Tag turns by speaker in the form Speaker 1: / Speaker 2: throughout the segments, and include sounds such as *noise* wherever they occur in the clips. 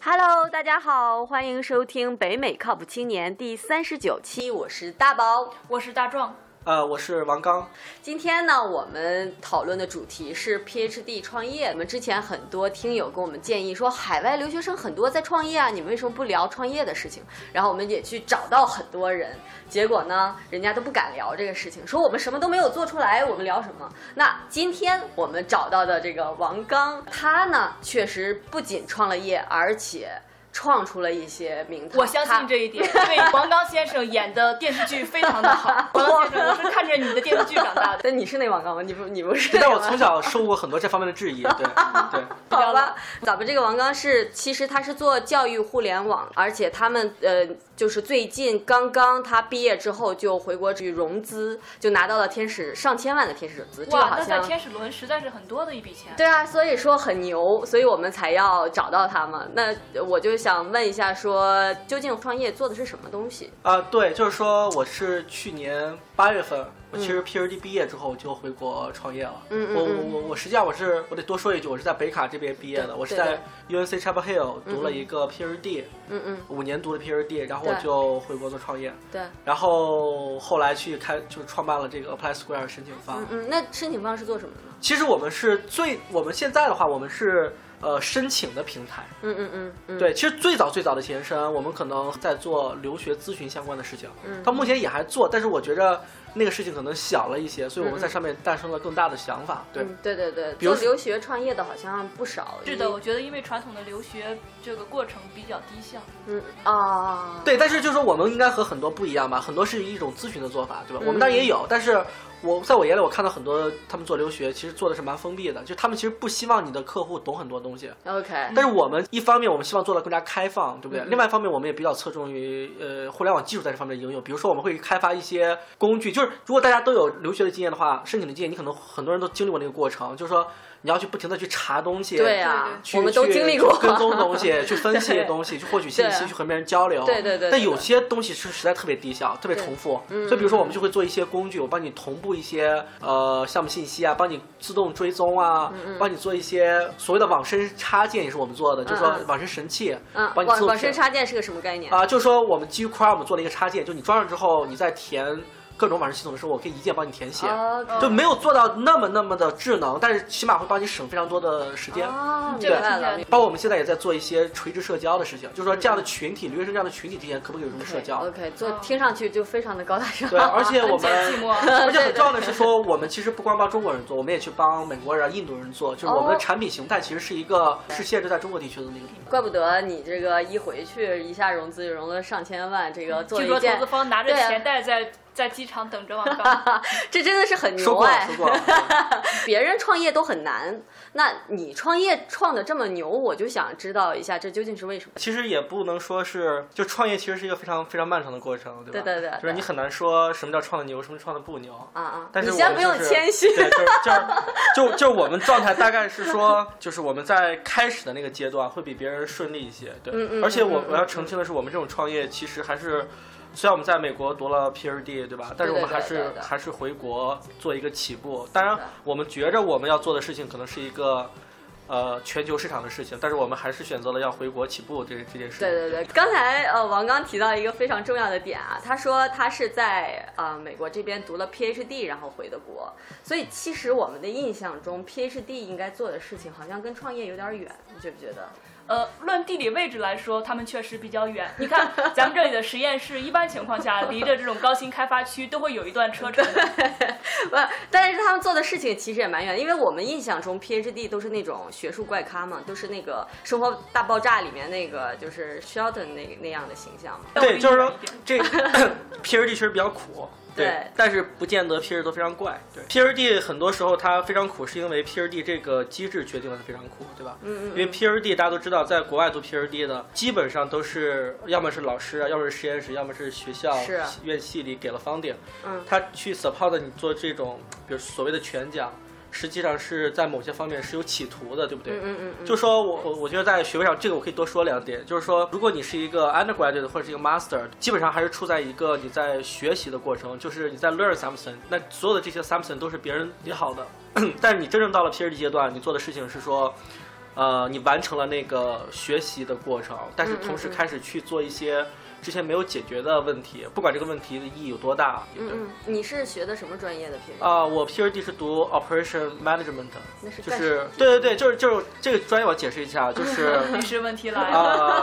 Speaker 1: Hello，大家好，欢迎收听北美靠谱青年第三十九期，我是大宝。
Speaker 2: 我是大壮，
Speaker 3: 呃，我是
Speaker 1: *laughs*
Speaker 3: 王刚，
Speaker 1: 今天呢，我们讨论的主题是 PhD 创业。我们之前很多听友给我们建议说，海外留学生很多在创业啊，你们为什么不聊创业的事情？然后我们也去找到很多人，结果呢，人家都不敢聊这个事情，说我们什么都没有做出来，我们聊什么？那今天我们找到的这个王刚，他呢，确实不仅创了业，而且。创出了一些名堂，
Speaker 2: 我相
Speaker 1: 他
Speaker 2: 信这一点，因为王刚先生演的电视剧非常的
Speaker 1: *laughs*
Speaker 2: 好。王刚先生，我是看着你的电视剧长 *laughs* 大的。
Speaker 1: 但你是那王刚吗？你不，你不是那
Speaker 3: 但
Speaker 1: 王
Speaker 3: 我
Speaker 1: 刚。
Speaker 3: 从小受过很多这方面的质
Speaker 1: *laughs*
Speaker 3: 疑，对对。
Speaker 1: 好吧，咱们这个王刚是，其实他是做教育互联网，而且他们呃，就是最近刚刚他毕业之后就回国去融资，就拿到了天使上千万的天使融 *laughs* 资，这个
Speaker 2: 哇，
Speaker 1: 好
Speaker 2: 那在
Speaker 1: 像。
Speaker 2: 天使轮实在是很多的一笔钱。
Speaker 1: 对啊，所以说很牛，所以我们才要找到他嘛。那我就想问一下说，究竟创业做的是什么东西？
Speaker 3: 啊、对，就是说我是去年八月份，我其实 PhD 毕业之后就回国创业了。
Speaker 1: 嗯嗯
Speaker 3: 我
Speaker 1: 嗯
Speaker 3: 我我我实际上我是我得多说一句，我是在北卡这边毕业
Speaker 1: 对
Speaker 3: 的，我是
Speaker 1: 对
Speaker 3: 在 UNC Chapel Hill 读了一个 PhD，、
Speaker 1: 嗯嗯，
Speaker 3: 五年读的 PhD，然后我
Speaker 1: 对
Speaker 3: 就回国做创业，
Speaker 1: 对，
Speaker 3: 然后后来去开就创办了这个 Apply Square 申请方。
Speaker 1: 嗯嗯，那申请方是做什么的呢？
Speaker 3: 其实我们是最我们现在的话，我们是呃申请的平台。
Speaker 1: 嗯嗯嗯嗯，
Speaker 3: 对，其实最早最早的前身，我们可能在做留学咨询相关的事情，
Speaker 1: 嗯
Speaker 3: 到目前也还做，但是我觉着那个事情可能小了一些，所以我们在上面诞生了更大的想法。对，
Speaker 1: 嗯对对对，
Speaker 3: 比如
Speaker 1: 做留学创业的好像不少。
Speaker 2: 是的，我觉得因为传统的留学这个过程比较
Speaker 1: *laughs*
Speaker 2: 低效，
Speaker 1: 嗯啊，
Speaker 3: 对，但是就是说我们应该和很多不一样吧，很多是一种咨询的做法，对吧？我们当
Speaker 1: 嗯
Speaker 3: 然也有，但是我在我眼里，我看到很多他们做留学，其实做的是蛮封闭的，就他们其实不希望你的客户懂很多东西。
Speaker 1: ，OK，
Speaker 3: 但是我们一方面我们希望做到更加开放，对不对？
Speaker 1: 嗯
Speaker 3: 另外一方面我们也比较侧重于呃互联网技术在这方面的应用，比如说我们会开发一些工具，就是如果大家都有留学的经验的话，申请的经验，你可能很多人都经历过那个过程，就是说你要去不停的去查东西，
Speaker 1: 对啊，
Speaker 3: 去
Speaker 1: 我们都
Speaker 3: 去
Speaker 1: 经历过。 *laughs*
Speaker 3: 去跟踪东西，去分析
Speaker 1: 对
Speaker 3: 东西，去获取信
Speaker 1: 对
Speaker 3: 息，去和别人交流。
Speaker 1: 对对对对
Speaker 3: 但有些东西是实在特别低效，特别重复。
Speaker 1: 嗯
Speaker 3: 所以比如说我们就会做一些工具，我帮你同步一些呃项目信息啊，帮你自动追踪啊，
Speaker 1: 嗯
Speaker 3: 帮你做一些所谓的网申插件也是我们做的，就是说
Speaker 1: 嗯嗯
Speaker 3: 网申神器，
Speaker 1: 嗯，
Speaker 3: 帮你
Speaker 1: 网
Speaker 3: 自动
Speaker 1: 网申插件是个什么概念？
Speaker 3: 啊，就是说我们基于 Chrome 我们做了一个插件，就你装上之后，你在填各种网申系统的时候，我可以一键帮你填写。
Speaker 1: 哦
Speaker 3: 就没有做到那么那么的智能，但是起码会帮你省非常多的时间。
Speaker 1: 哦，明
Speaker 2: 这个
Speaker 1: 白了，
Speaker 2: 听起
Speaker 3: 包括我们现在也在做一些垂直社交的事情，就是说
Speaker 1: 嗯
Speaker 3: 这样的群体，留学生这样的群体之间可不可以有什么社交？嗯
Speaker 1: OK，做
Speaker 2: 哦
Speaker 1: 听上去就非常的高大上。
Speaker 3: 对，而且 *laughs* 我
Speaker 2: 很解寂
Speaker 3: 们。
Speaker 2: *laughs* 寞。
Speaker 3: 而且很重要的是说，我们其实不光帮中国人做，我们也去帮美国人、印度人做。就是我们
Speaker 1: 哦
Speaker 3: 的产品形态其实是一个是限制在中国地区的那个地方。
Speaker 1: *laughs* 怪不得你这个一回去一下融资就融了上千万，这个做
Speaker 2: 据
Speaker 1: 了
Speaker 2: 说
Speaker 1: 一
Speaker 2: 投
Speaker 1: 件
Speaker 2: 资，方拿着
Speaker 1: 对啊
Speaker 2: 钱袋在在机场等着王
Speaker 1: *laughs*
Speaker 2: 刚。
Speaker 1: 这真的是很牛
Speaker 3: 说过了，嗯
Speaker 1: 哎 *laughs*
Speaker 3: 说！过了。
Speaker 1: 别人创业都很难，那你创业创的这么牛，我就想知道一下这究竟是为什么？
Speaker 3: 其实也不能说是，就创业其实是一个非常非常漫长的过程，对吧？
Speaker 1: 对对对对
Speaker 3: 就是你很难说什么叫创的牛，什么创的不牛。
Speaker 1: 啊啊！
Speaker 3: 但是
Speaker 1: 你
Speaker 3: 我
Speaker 1: 先
Speaker 3: 们
Speaker 1: 不
Speaker 3: 就
Speaker 1: 用
Speaker 3: 是
Speaker 1: 谦虚，
Speaker 3: 对，就是就是就就是我们状态大概是说，就是我们在开始的那个阶段会比别人顺利一些，对。
Speaker 1: 嗯嗯
Speaker 3: 而且我
Speaker 1: 嗯嗯
Speaker 3: 我要澄清的是，我们这种创业其实还是。虽然我们在美国读了 PhD，对吧？但是我们还是
Speaker 1: 对对对
Speaker 3: 还是回国做一个起步。当然
Speaker 1: 是的，
Speaker 3: 我们觉着我们要做的事情可能是一个，呃，全球市场的事情，但是我们还是选择了要回国起步这这件事情。
Speaker 1: 对对对，刚才呃，王刚提到一个非常重要的点啊，他说他是在呃美国这边读了 PhD，然后回的国，所以其实我们的印象中 PhD 应该做的事情好像跟创业有点远，你觉不觉得？ *laughs*
Speaker 2: 呃，论地理位置来说，他们确实比
Speaker 1: *laughs*
Speaker 2: 较远。你看，咱们这里的实验室，一般情况下离着这种高新开发区都会有一段车
Speaker 1: *laughs*
Speaker 2: 程的。
Speaker 1: 不，但是他们做的事情其实也蛮远，因为我们印象中 PhD 都是那种学术怪咖嘛，都是那个《生活大爆炸》里面那个就是 Sheldon 那那样的形象嘛。
Speaker 3: 对，就是
Speaker 2: 要
Speaker 3: 说
Speaker 2: 不一点
Speaker 3: 这
Speaker 1: *laughs*
Speaker 3: PhD 确实比较苦，
Speaker 1: 对
Speaker 3: 但是不见得 PhD 都非常怪。对，PhD 很多时候它非常苦，是因为 PhD 这个机制决定了它非常苦，对吧？
Speaker 1: 嗯嗯
Speaker 3: 因为 PhD 大家都知道，在国外读 PhD 的基本上都是要么是老师啊，要么是实验室，要么是学校
Speaker 1: 是啊
Speaker 3: 院系里给了 funding，
Speaker 1: 嗯
Speaker 3: 他去 support 你做这种，比如所谓的全奖。实际上是在某些方面是有企图的，对不对？
Speaker 1: 嗯嗯嗯嗯，
Speaker 3: 就说我我我觉得在学位上，这个我可以多说两点，就是说，如果你是一个 undergraduate 或者是一个 master，基本上还是处在一个你在学习的过程，就是你在 learn something，那所有的这些 something 都是别人你好的， *clears throat* 但是你真正到了 PhD 阶段，你做的事情是说，呃，你完成了那个学习的过程，但是同
Speaker 1: 嗯
Speaker 3: 时
Speaker 1: 嗯嗯
Speaker 3: 开始去做一些之前没有解决的问题，不管这个问题的意义有多大，对
Speaker 1: 嗯
Speaker 3: 不对？
Speaker 1: 嗯，你是学的什么专业的？平时
Speaker 3: 啊、我 PhD 是读 Operation Management，
Speaker 1: 那是
Speaker 3: 就
Speaker 1: 干
Speaker 3: 是对对对，就是就是这个专业我解释一
Speaker 1: *laughs*
Speaker 3: 下，就是
Speaker 2: 历史问题来了。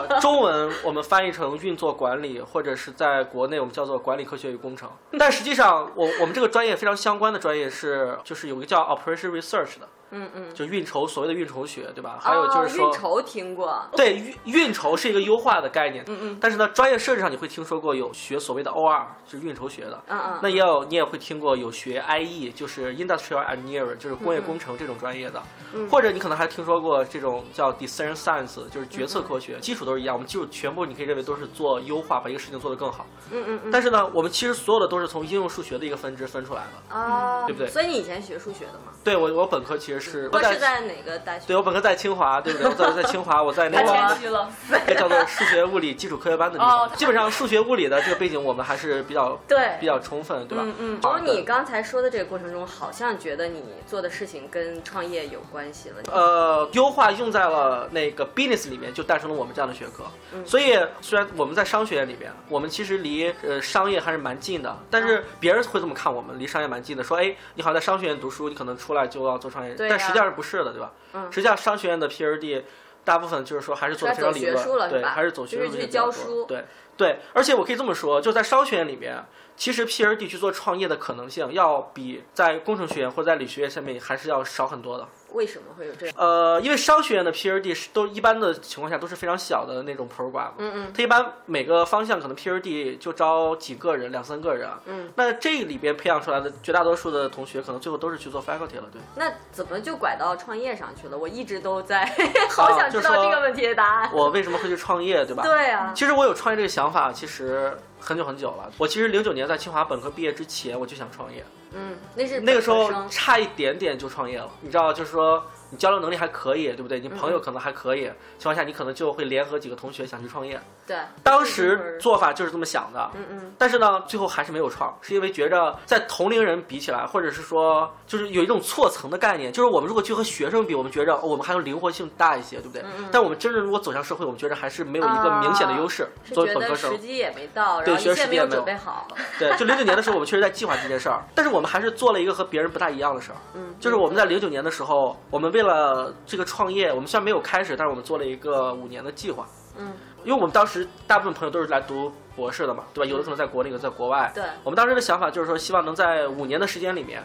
Speaker 3: 啊、中文我们翻译成运作管理，或者是在国内我们叫做管理科学与工程。但实际上，我我们这个专业非常相关的专业是，就是有一个叫 operation research 的，
Speaker 1: 嗯嗯，
Speaker 3: 就运筹，所谓的运筹学，对吧？还有就是说，
Speaker 1: 哦、运筹听过，
Speaker 3: 对运运筹是一个优化的概念，嗯
Speaker 1: 嗯
Speaker 3: 但是呢，专业设置上你会听说过有学所谓的 OR，就是运筹学的，
Speaker 1: 嗯嗯，
Speaker 3: 那也有你也会听过有学 IE，就是 Industrial Engineer，就是工
Speaker 1: 嗯
Speaker 3: 业工程这种专业的，或者你可能还听说过这种叫 Decision Science，就是决
Speaker 1: 嗯
Speaker 3: 策科学，基础都是一样，我们基础全部你可以认为都是做优化，把一个事情做得更好。
Speaker 1: 嗯嗯嗯
Speaker 3: 但是呢，我们其实所有的都是从应用数学的一个分支分出来的。
Speaker 1: 啊，
Speaker 3: 对不对
Speaker 1: 所以你以前学数学的吗？
Speaker 3: 对我，我本科其实是
Speaker 1: 不
Speaker 3: 我
Speaker 1: 知道是在哪个大学？
Speaker 3: 对我本科在清华，对不对？我在在清华，我在
Speaker 1: *laughs*
Speaker 3: 那
Speaker 2: 太
Speaker 3: 个
Speaker 2: 谦虚了，
Speaker 3: 那叫做数学物理基础科学班的地方
Speaker 2: 哦，
Speaker 3: 基本上数学物理的这个背景我们还是比较
Speaker 1: 对
Speaker 3: 比较充分，对吧？
Speaker 1: 嗯嗯，
Speaker 3: 好
Speaker 1: 从
Speaker 3: 的
Speaker 1: 你刚才说的这个过程中，好像觉得你做的事情跟创业有关系了。
Speaker 3: 呃，优化用在了那个 business 里面，就诞生了我们这样的学科。
Speaker 1: 嗯
Speaker 3: 所以虽然我们在商学院里面，我们其实离呃商业还是蛮近的，但
Speaker 1: 嗯
Speaker 3: 是别人会这么看我们，离商业蛮近的，说哎，你好像在商学院读书，你可能出来就要做创业，
Speaker 1: 对呀
Speaker 3: 但实际上是不是的，对吧？
Speaker 1: 嗯
Speaker 3: 实际上商学院的 PhD。大部分就是说还是做的非常理
Speaker 1: 还是走学术了
Speaker 3: 论，对，
Speaker 1: 是吧
Speaker 3: 还是走学术
Speaker 1: 就是去
Speaker 3: 比较
Speaker 1: 教
Speaker 3: 多
Speaker 1: 书
Speaker 3: 对对。而且我可以这么说，就在商学院里面，其实 PhD 去做创业的可能性要比在工程学院或者在理学院下面还是要少很多的。
Speaker 1: 为什么会有这样？
Speaker 3: 呃，因为商学院的 PhD 是都一般的情况下都是非常小的那种 program，
Speaker 1: 嗯嗯
Speaker 3: 它一般每个方向可能 PhD 就招几个人，两三个人。
Speaker 1: 嗯，
Speaker 3: 那这里边培养出来的绝大多数的同学，可能最后都是去做 faculty 了，对。
Speaker 1: 那怎么就拐到创业上去了？我一直都在， *laughs* 好想知
Speaker 3: 啊就
Speaker 1: 道
Speaker 3: 说
Speaker 1: 这个问题的答案。
Speaker 3: 我为什么会去创业，对吧？
Speaker 1: 对啊，
Speaker 3: 其实我有创业这个想法，其实很久很久了。我其实零九年在清华本科毕业之前，我就想创业，
Speaker 1: 嗯，那是
Speaker 3: 那个时
Speaker 1: 本科
Speaker 3: 候
Speaker 1: 生
Speaker 3: 差一点点就创业了。你知道，就是说你交流能力还可以，对不对？你朋友
Speaker 1: 嗯
Speaker 3: 可能还可以，情况下你可能就会联合几个同学想去创业。
Speaker 1: 对，
Speaker 3: 当时做法就是这么想的，
Speaker 1: 嗯嗯
Speaker 3: 但是呢，最后还是没有创，是因为觉着在同龄人比起来，或者是说，就是有一种错层的概念，就是我们如果去和学生比，我们觉着、哦我们还有灵活性大一些，对不
Speaker 1: 嗯
Speaker 3: 对？但我们真正如果走向社会，我们觉着还是没有一个明显的优势。
Speaker 1: 啊是
Speaker 3: 作为
Speaker 1: 觉
Speaker 3: 本
Speaker 1: 得
Speaker 3: 科生
Speaker 1: 时，机也没到，然
Speaker 3: 对
Speaker 1: 后
Speaker 3: 学
Speaker 1: 一
Speaker 3: 识
Speaker 1: 切没
Speaker 3: 也
Speaker 1: 有
Speaker 3: 没有
Speaker 1: 准备好。
Speaker 3: 对，就零九年的时候，我们确实在计划这件事儿， *laughs* 但是我们还是做了一个和别人不大一样的事儿。
Speaker 1: 嗯，
Speaker 3: 就是我们在零九年的时候，我们为了这个创业，我们虽然没有开始，但是我们做了一个五年的计划。
Speaker 1: 嗯，
Speaker 3: 因为我们当时大部分朋友都是来读博士的嘛，对吧？有的可能在国内，有的在国外。
Speaker 1: 对
Speaker 3: 我们当时的想法就是说，希望能在五年的时间里面，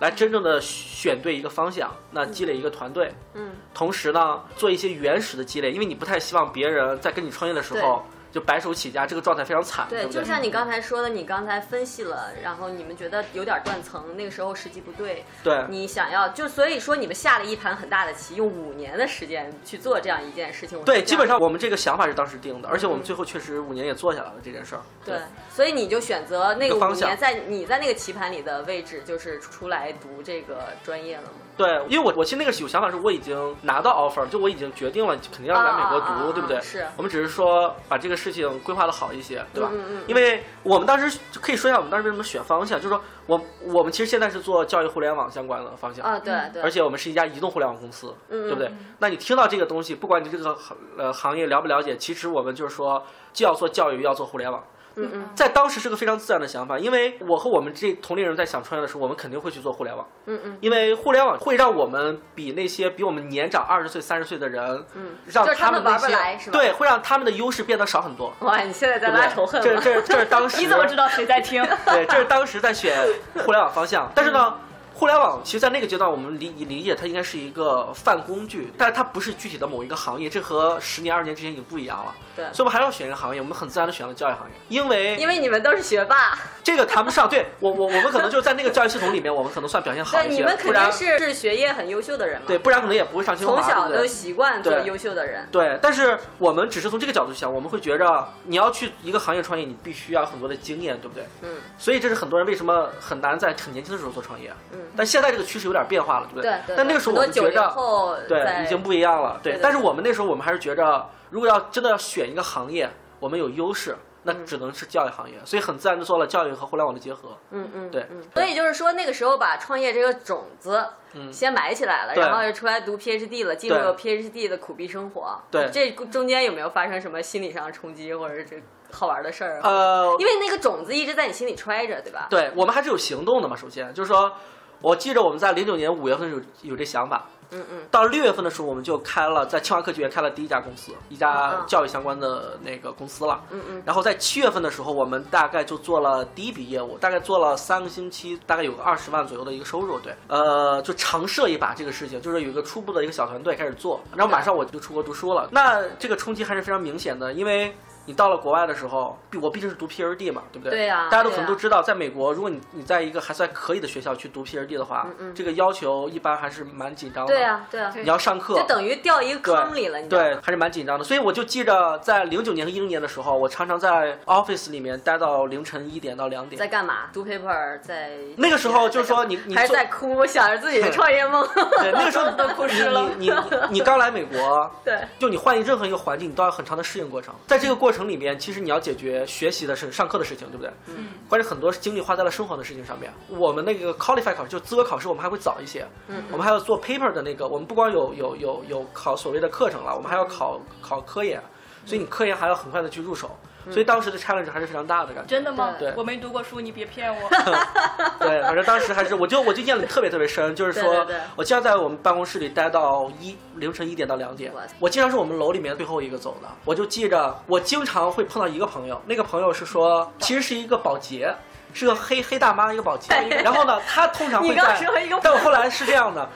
Speaker 3: 来真正的选对一个方向，那积累一个团队，
Speaker 1: 嗯，
Speaker 3: 同时呢，做一些原始的积累，因为你不太希望别人在跟你创业的时候就白手起家，这个状态非常惨，对
Speaker 1: 对，
Speaker 3: 不
Speaker 1: 就像你刚才说的，你刚才分析了，然后你们觉得有点断层，那个时候时机不对，
Speaker 3: 对，
Speaker 1: 你想要就所以说你们下了一盘很大的棋，用五年的时间去做这样一件事情。我
Speaker 3: 对，
Speaker 1: 是这
Speaker 3: 基
Speaker 1: 样
Speaker 3: 本上我们这个想法是当时定的，而且我们最后确实五年也做下来了这件事儿。
Speaker 1: 嗯对，所以你就选择那个
Speaker 3: 一个
Speaker 1: 五
Speaker 3: 方向
Speaker 1: 年在你在那个棋盘里的位置，就是出来读这个专业了吗？
Speaker 3: 对，因为我我其实那个有想法是我已经拿到 offer，就我已经决定了肯定要来美国
Speaker 1: 啊啊
Speaker 3: 读，
Speaker 1: 啊
Speaker 3: 对不对？
Speaker 1: 是
Speaker 3: 我们只是说把这个事情规划的好一些，对吧？
Speaker 1: 嗯嗯嗯
Speaker 3: 因为我们当时就可以说一下我们当时为什么选方向，就是说我我们其实现在是做教育互联网相关的方向。
Speaker 1: 啊，对对，
Speaker 3: 嗯而且我们是一家移动互联网公司，
Speaker 1: 嗯
Speaker 3: 对不对？那你听到这个东西，不管你这个行呃行业了不了解，其实我们就是说，既要做教育，又要做互联网。
Speaker 1: 嗯嗯
Speaker 3: 在当时是个非常自然的想法，因为我和我们这同龄人在想创业的时候，我们肯定会去做互联网，
Speaker 1: 嗯嗯，
Speaker 3: 因为互联网会让我们比那些比我们年长二十岁、三十岁的人，
Speaker 1: 嗯
Speaker 3: 让
Speaker 1: 就是他
Speaker 3: 们
Speaker 1: 们
Speaker 3: 那
Speaker 1: 玩不
Speaker 3: 些
Speaker 1: 来是吧
Speaker 3: 对，会让他们的优势变得少很多。
Speaker 1: 哇，你现在在
Speaker 3: 对不对
Speaker 1: 拉仇恨
Speaker 3: 这
Speaker 1: 了。
Speaker 3: 这这是
Speaker 1: *laughs*
Speaker 3: 当时
Speaker 2: 你怎么知道谁在听？
Speaker 3: *laughs* 对，这是当时在选互联网方向，但是呢。
Speaker 1: 嗯
Speaker 3: 互联网其实，在那个阶段，我们理理解它应该是一个泛工具，但是它不是具体的某一个行业，这和十年、二十年之前已经不一样了。
Speaker 1: 对
Speaker 3: 所以我们还是要选一个行业，我们很自然的选了教育行业，因为
Speaker 1: 因为你们都是学霸，
Speaker 3: 这个谈不上。对我我我们可能就是在那个教育系统里面，我们可能算表现
Speaker 1: *laughs*
Speaker 3: 好
Speaker 1: 对，
Speaker 3: 一
Speaker 1: 你
Speaker 3: 些
Speaker 1: 们，
Speaker 3: 不
Speaker 1: 肯
Speaker 3: 然
Speaker 1: 定是是学业很优秀的人嘛，
Speaker 3: 对，不然可能也不会上清华。
Speaker 1: 从小
Speaker 3: 对不对
Speaker 1: 都习惯做
Speaker 3: 对
Speaker 1: 优秀的人。
Speaker 3: 对，但是我们只是从这个角度去想，我们会觉着你要去一个行业创业，你必须要有很多的经验，对不对？
Speaker 1: 嗯，
Speaker 3: 所以这是很多人为什么很难在很年轻的时候做创业。
Speaker 1: 嗯
Speaker 3: 但现在这个趋势有点变化了，对不
Speaker 1: 对对。
Speaker 3: 但那个时候我
Speaker 1: 很
Speaker 3: 们
Speaker 1: 多九零
Speaker 3: 觉着，
Speaker 1: 后在
Speaker 3: 对，已经不一样了。对
Speaker 1: 对对
Speaker 3: 但是我们那时候我们还是觉着，如果要真的要选一个行业，我们有优势，那只能是教育行业。所以很自然的做了教育和互联网的结合。
Speaker 1: 嗯嗯
Speaker 3: 对
Speaker 1: 嗯。所以就是说那个时候把创业这个种子
Speaker 3: 嗯
Speaker 1: 先埋起来了，
Speaker 3: 对
Speaker 1: 然后就出来读 PhD 了，进入
Speaker 3: 对
Speaker 1: 了 PhD 的苦逼生活。
Speaker 3: 对
Speaker 1: 这中间有没有发生什么心理上的冲击或者这好玩的事儿啊？
Speaker 3: 呃，
Speaker 1: 因为那个种子一直在你心里揣着，对吧？
Speaker 3: 对我们还是有行动的嘛。首先就是说，我记着我们在零九年五月份有有这想法，
Speaker 1: 嗯嗯
Speaker 3: 到六月份的时候我们就开了在清华科技园开了第一家公司，一家
Speaker 1: 嗯
Speaker 3: 教育相关的那个公司了。
Speaker 1: 嗯嗯，
Speaker 3: 然后在七月份的时候，我们大概就做了第一笔业务，大概做了三个星期，大概有个二十万左右的一个收入。对，呃，就尝试一把这个事情，就是有一个初步的一个小团队开始做，然后马上我就出国读书了。那这个冲击还是非常明显的，因为。你到了国外的时候，毕我毕竟是读 PhD 嘛，对不对？
Speaker 1: 对呀
Speaker 3: 大家都可能
Speaker 1: 对呀啊
Speaker 3: 都知道，在美国，如果你你在一个还算可以的学校去读 PhD 的话，
Speaker 1: 嗯嗯
Speaker 3: 这个要求一般还是蛮紧张的。
Speaker 1: 对啊对啊，
Speaker 2: 对
Speaker 3: 你要上课，
Speaker 1: 就等于掉一个
Speaker 3: 对
Speaker 1: 坑里了，你知道吗
Speaker 3: 对，还是蛮紧张的。所以我就记着，在零九年和一零年的时候，我常常在 office 里面待到凌晨一点到两
Speaker 1: 在
Speaker 3: 点。
Speaker 1: 干嘛？读 paper 在
Speaker 3: 那个时候就是说你你
Speaker 1: 还是
Speaker 3: 做
Speaker 1: 在哭，想着自己的创业
Speaker 3: *laughs*
Speaker 1: 梦。
Speaker 3: 对，那个时候
Speaker 2: *laughs* 都哭湿了
Speaker 3: 你你你你刚来美
Speaker 2: *laughs*
Speaker 3: 国，
Speaker 1: 对，
Speaker 3: 就你换任何一个环境，你都要有很长的适应过程。在这个过程里面，其实你要解决学习的事、上课的事情，对不对？
Speaker 2: 嗯。
Speaker 3: 关键很多精力花在了生活的事情上面。我们那个 qualify 考试，就资格考试，我们还会早一些。
Speaker 1: 嗯
Speaker 3: 我们还要做 paper 的那个，我们不光有有有有考所谓的课程了，我们还要考考科研，所以你科研还要很快的去入手。
Speaker 2: 嗯
Speaker 3: 所以当时的 challenge 还是非常大的感觉。
Speaker 2: 真的吗？
Speaker 1: 对
Speaker 2: 我没读过书，你别
Speaker 3: *laughs*
Speaker 2: 骗我。
Speaker 3: 对，反正当时还是，我就我就印象里特别特别深，就是说，
Speaker 1: 对对对
Speaker 3: 我经常在我们办公室里待到一凌晨一点到两点
Speaker 1: 哇塞，
Speaker 3: 我经常是我们楼里面最后一个走的。我就记着，我经常会碰到一个朋友，那个朋友是
Speaker 1: 嗯
Speaker 3: 说，其实是一个保洁。是个黑黑大妈，一个保洁。然后呢，她通常会
Speaker 1: 你刚
Speaker 3: 在
Speaker 1: 说一个，
Speaker 3: 但我后来是这样的，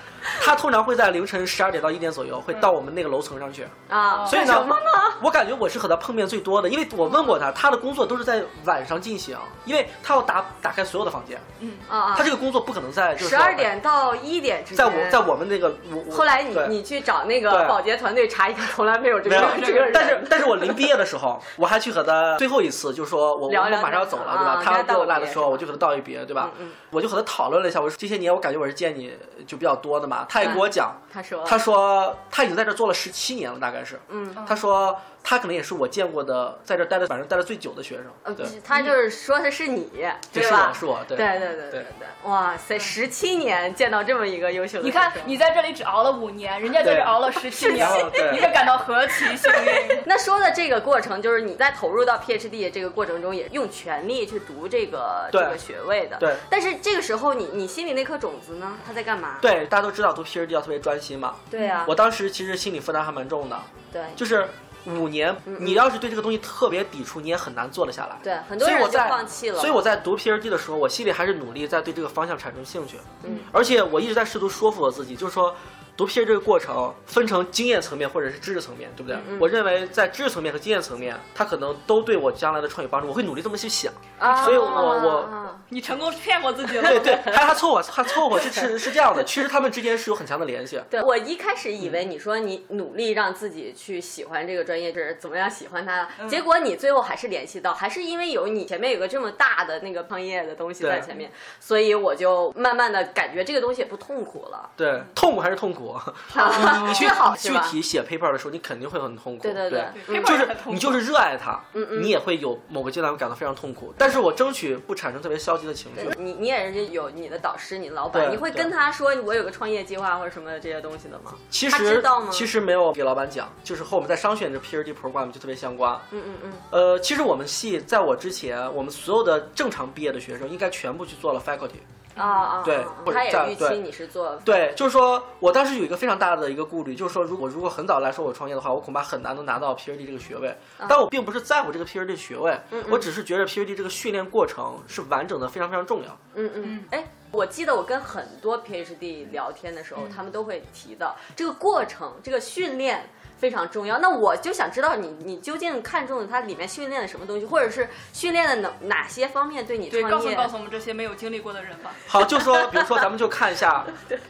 Speaker 3: 她通常会在凌晨十二点到一点左右会到我们那个楼层上去。
Speaker 1: 啊，
Speaker 3: 所以
Speaker 1: 干
Speaker 3: 呢
Speaker 1: 什么呢？，
Speaker 3: 我感觉我是和他碰面最多的，因为我问过他，他的工作都是在晚上进行，因为他要打打开所有的房间，
Speaker 1: 啊啊，
Speaker 3: 他这个工作不可能在就是
Speaker 1: 十二点到一点之间。
Speaker 3: 在我在我们那个我我
Speaker 1: 后来你
Speaker 3: 对
Speaker 1: 你去找那个
Speaker 3: 对
Speaker 1: 保洁团队查一看，从来没有这
Speaker 3: 没有
Speaker 1: 个这个人。
Speaker 3: 但是但是我临毕业的时候，我还去和他最后一次，就是说我
Speaker 1: 聊
Speaker 3: 我
Speaker 1: 聊
Speaker 3: 马上要走了，对
Speaker 1: 啊
Speaker 3: 吧？他
Speaker 1: 跟他
Speaker 3: 跟
Speaker 1: 道
Speaker 3: 我
Speaker 1: 别
Speaker 3: 来的时候，我就和他道一别，对吧？
Speaker 1: 嗯嗯
Speaker 3: 我就和他讨论了一下，我说这些年我感觉我是见你就比较多的嘛，他也跟
Speaker 1: 嗯
Speaker 3: 我讲，
Speaker 1: 他说
Speaker 3: 他说他已经在这做了十七年了，大概是，
Speaker 1: 嗯
Speaker 3: 他说他可能也是我见过的在这待的反正待的最久的学
Speaker 1: 呃
Speaker 3: 生，对，
Speaker 1: 他就是说的是你，
Speaker 3: 这
Speaker 1: 对
Speaker 3: 是我
Speaker 1: 吧？
Speaker 3: 是我，对
Speaker 1: 对对对对对，哇塞，十七年见到这么一个优秀的，
Speaker 2: 你看，你在这里只熬了五年，人家在这熬了十七年
Speaker 3: 然后，对
Speaker 2: 你得感到何其幸运。
Speaker 1: 那说的这个过程，就是你在投入到 PhD 这个过程中，也用全力去读这个这
Speaker 3: 对
Speaker 1: 个学位的。
Speaker 3: 对。
Speaker 1: 但是这个时候你，你心里那颗种子呢？它在干嘛？
Speaker 3: 对，大家都知道读 PhD 要特别专心嘛，
Speaker 1: 对啊，
Speaker 3: 我当时其实心理负担还蛮重的，
Speaker 1: 对
Speaker 3: 就是五年，你要是对这个东西特别抵触，你也很难做得下来。
Speaker 1: 嗯对，很多
Speaker 3: 所以
Speaker 1: 人
Speaker 3: 我
Speaker 1: 就
Speaker 3: 在
Speaker 1: 放弃了。
Speaker 3: 所以我在读 PhD 的时候，我心里还是努力在对这个方向产生兴趣，
Speaker 1: 嗯，
Speaker 3: 而且我一直在试图说服我自己，就是说。读 PhD 这个过程分成经验层面或者是知识层面，对不对？
Speaker 1: 嗯
Speaker 3: 我认为在知识层面和经验层面，它可能都对我将来的创业帮助。我会努力这么去想。
Speaker 1: 啊，
Speaker 3: 所以我我
Speaker 1: 啊
Speaker 2: 你成功骗过自己
Speaker 3: 对
Speaker 2: 了。
Speaker 3: 对，还还凑合，还凑合，是是是这样的。其实他们之间是有很强的联系。
Speaker 1: 对我一开始
Speaker 3: 嗯
Speaker 1: 以为你说你努力让自己去喜欢这个专业，就是怎么样喜欢它，
Speaker 3: 嗯
Speaker 1: 结果你最后还是联系到，还是因为有你前面有个这么大的那个创业的东西在
Speaker 3: 对
Speaker 1: 前面，所以我就慢慢的感觉这个东西也不痛苦了。
Speaker 3: 对，痛苦还是痛
Speaker 1: *laughs*
Speaker 3: 苦。你你去
Speaker 1: 越 *laughs* 好是
Speaker 3: 具
Speaker 1: 吧？
Speaker 3: 体写 paper 的时候，你肯定会很痛苦。
Speaker 1: 对对
Speaker 3: 对
Speaker 1: 对
Speaker 2: 嗯
Speaker 3: 就是
Speaker 2: paper 很痛苦
Speaker 3: 你就是热爱它，
Speaker 1: 嗯
Speaker 3: 你也会有某个阶段会感到非常痛苦。但是我争取不产生特别消极的情绪。
Speaker 1: *laughs* 你你也是有你的导师、你的老板，
Speaker 3: 对
Speaker 1: 你会
Speaker 3: 对
Speaker 1: 跟他说我有个创业计划或者什么这些东西的吗？
Speaker 3: 其
Speaker 1: 他知
Speaker 3: 实
Speaker 1: 道吗
Speaker 3: 其实没有给老板讲，就是和我们在商学院这 PhD program 就特别相关。
Speaker 1: 嗯嗯嗯，
Speaker 3: 呃，其实我们系在我之前，我们所有的正常毕业的学生应该全部去做了 faculty。
Speaker 1: 啊啊，
Speaker 3: 对
Speaker 1: 啊啊
Speaker 3: 或者
Speaker 1: 他也
Speaker 3: 在
Speaker 1: 预期
Speaker 3: 对
Speaker 1: 你是做
Speaker 3: 对，就是说我当时有一个非常大的一个顾虑，就是说如果如果很早来说我创业的话，我恐怕很难能拿到 PhD 这个学位。
Speaker 1: 嗯
Speaker 3: 但我并不是在乎这个 PhD 学位，我只是觉得 PhD 这个训练过程是完整的，非常非常重要。
Speaker 1: 嗯嗯，哎，我记得我跟很多 PhD 聊天的时候，他们都会提到这个过程，这个训练。非常重要。那我就想知道你，你究竟看中了它里面训练了什么东西，或者是训练的哪哪些方面对你
Speaker 2: 对，告
Speaker 1: 创
Speaker 2: 诉
Speaker 1: 业
Speaker 2: 告诉我们这些没有经历过的人吧。
Speaker 3: 好，就说比如说咱们就看一
Speaker 1: *laughs*
Speaker 3: 下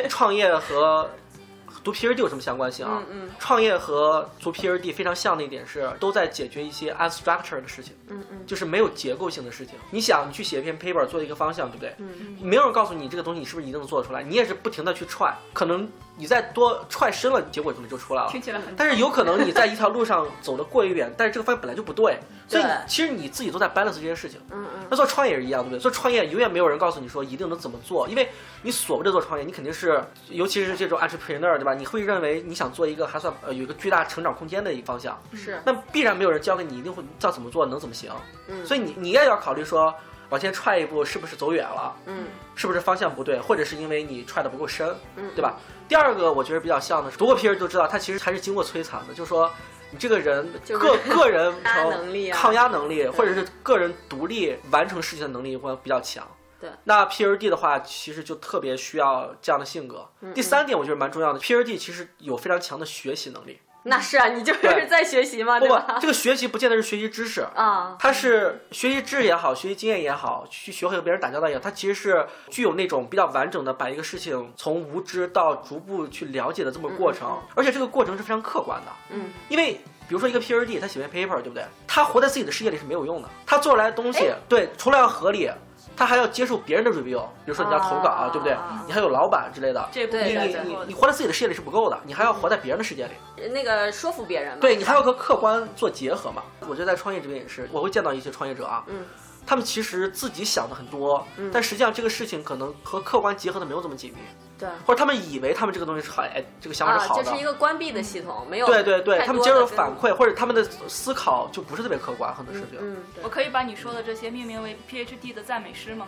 Speaker 3: 创业和读 PhD 有什么相关性啊？
Speaker 1: 嗯嗯
Speaker 3: 创业和读 PhD 非常像的一点是，都在解决一些 unstructured 的事情，
Speaker 1: 嗯嗯
Speaker 3: 就是没有结构性的事情。你想，你去写一篇 paper 做一个方向，对不对？
Speaker 1: 嗯
Speaker 3: 没有人告诉你这个东西你是不是一定能做得出来，你也是不停的去踹，可能你再多踹深了，结果可能就出来了
Speaker 2: 听。起来很
Speaker 3: 但是有可能你在一条路上走得过于远，但是这个方向本来就不对，所以
Speaker 1: 对
Speaker 3: 其实你自己都在 balance 这件事情。
Speaker 1: 嗯嗯
Speaker 3: 那做创业也是一样，对不对？做创业永远没有人告诉你说一定能怎么做，因为你所谓的做创业，你肯定是，尤其是这种 entrepreneur，对吧？你会认为你想做一个还算呃有一个巨大成长空间的一个方向，
Speaker 1: 嗯，是，
Speaker 3: 那必然没有人教给你一定会知道怎么做，能怎么行。
Speaker 1: 嗯
Speaker 3: 所以你你也要考虑说，往前踹一步是不是走远了，
Speaker 1: 嗯
Speaker 3: 是不是方向不对，或者是因为你踹的不够深，
Speaker 1: 嗯，
Speaker 3: 对吧？第二个我觉得比较像的是，读过 PhD 都知道，他其实还是经过摧残的，就是说你这个人
Speaker 1: 就是 *laughs*
Speaker 3: 个个人
Speaker 1: 抗压
Speaker 3: 成
Speaker 1: 能力啊
Speaker 3: 抗压能力，或者是个人独立完成事情的能力会比较强。
Speaker 1: 对
Speaker 3: 那 PhD 的话，其实就特别需要这样的性格。
Speaker 1: 嗯
Speaker 3: 第三点，我觉得蛮重要的，PhD 其实有非常强的学
Speaker 1: *laughs*
Speaker 3: 习能力。
Speaker 1: 那是啊，你就是
Speaker 3: 对
Speaker 1: 在学习嘛，
Speaker 3: 不
Speaker 1: 啊对
Speaker 3: 不
Speaker 1: 吧，？
Speaker 3: 这个学习不见得是学习知识，
Speaker 1: 啊，
Speaker 3: 它是学习知识也好，学习经验也好，去学会和别人打交道也好，它其实是具有那种比较完整的把一个事情从无知到逐步去了解的这么个过程，
Speaker 1: 嗯嗯
Speaker 3: 而且这个过程是非常客观的，
Speaker 1: 嗯，
Speaker 3: 因为。比如说一个 PhD，他写篇 paper，对不对？他活在自己的世界里是没有用的，他做出来的东
Speaker 1: 哎
Speaker 3: 西，对，除了要合理，他还要接受别人的 review，比如说你要投稿，
Speaker 1: 啊
Speaker 3: 对不对？你还有老板之类的，
Speaker 2: 这部
Speaker 1: 对对
Speaker 3: 你你
Speaker 1: 对
Speaker 3: 你
Speaker 2: 分
Speaker 3: 你活在自己的世界里是不够的，你还要活在别人的世界里。
Speaker 1: 那个说服别人嘛，
Speaker 3: 对你还要和客观做结合嘛。我觉得在创业这边也是，我会见到一些创业者啊，
Speaker 1: 嗯
Speaker 3: 他们其实自己想的很多，
Speaker 1: 嗯
Speaker 3: 但实际上这个事情可能和客观结合的没有这么紧密，
Speaker 1: 对。
Speaker 3: 或者他们以为他们这个东西是好，哎，这个想法
Speaker 1: 啊，
Speaker 3: 是好
Speaker 1: 就
Speaker 3: 的。
Speaker 1: 是一个关闭的系统，没有
Speaker 3: 对对对，
Speaker 1: 太
Speaker 3: 他们
Speaker 1: 多
Speaker 3: 接受
Speaker 1: 的
Speaker 3: 反
Speaker 1: 跟
Speaker 3: 馈或者他们的思考就不是特别客观，很多事情。
Speaker 1: 嗯，对
Speaker 2: 我可以把你说的这些命名为 PhD 的赞美诗
Speaker 3: *laughs*
Speaker 2: 吗？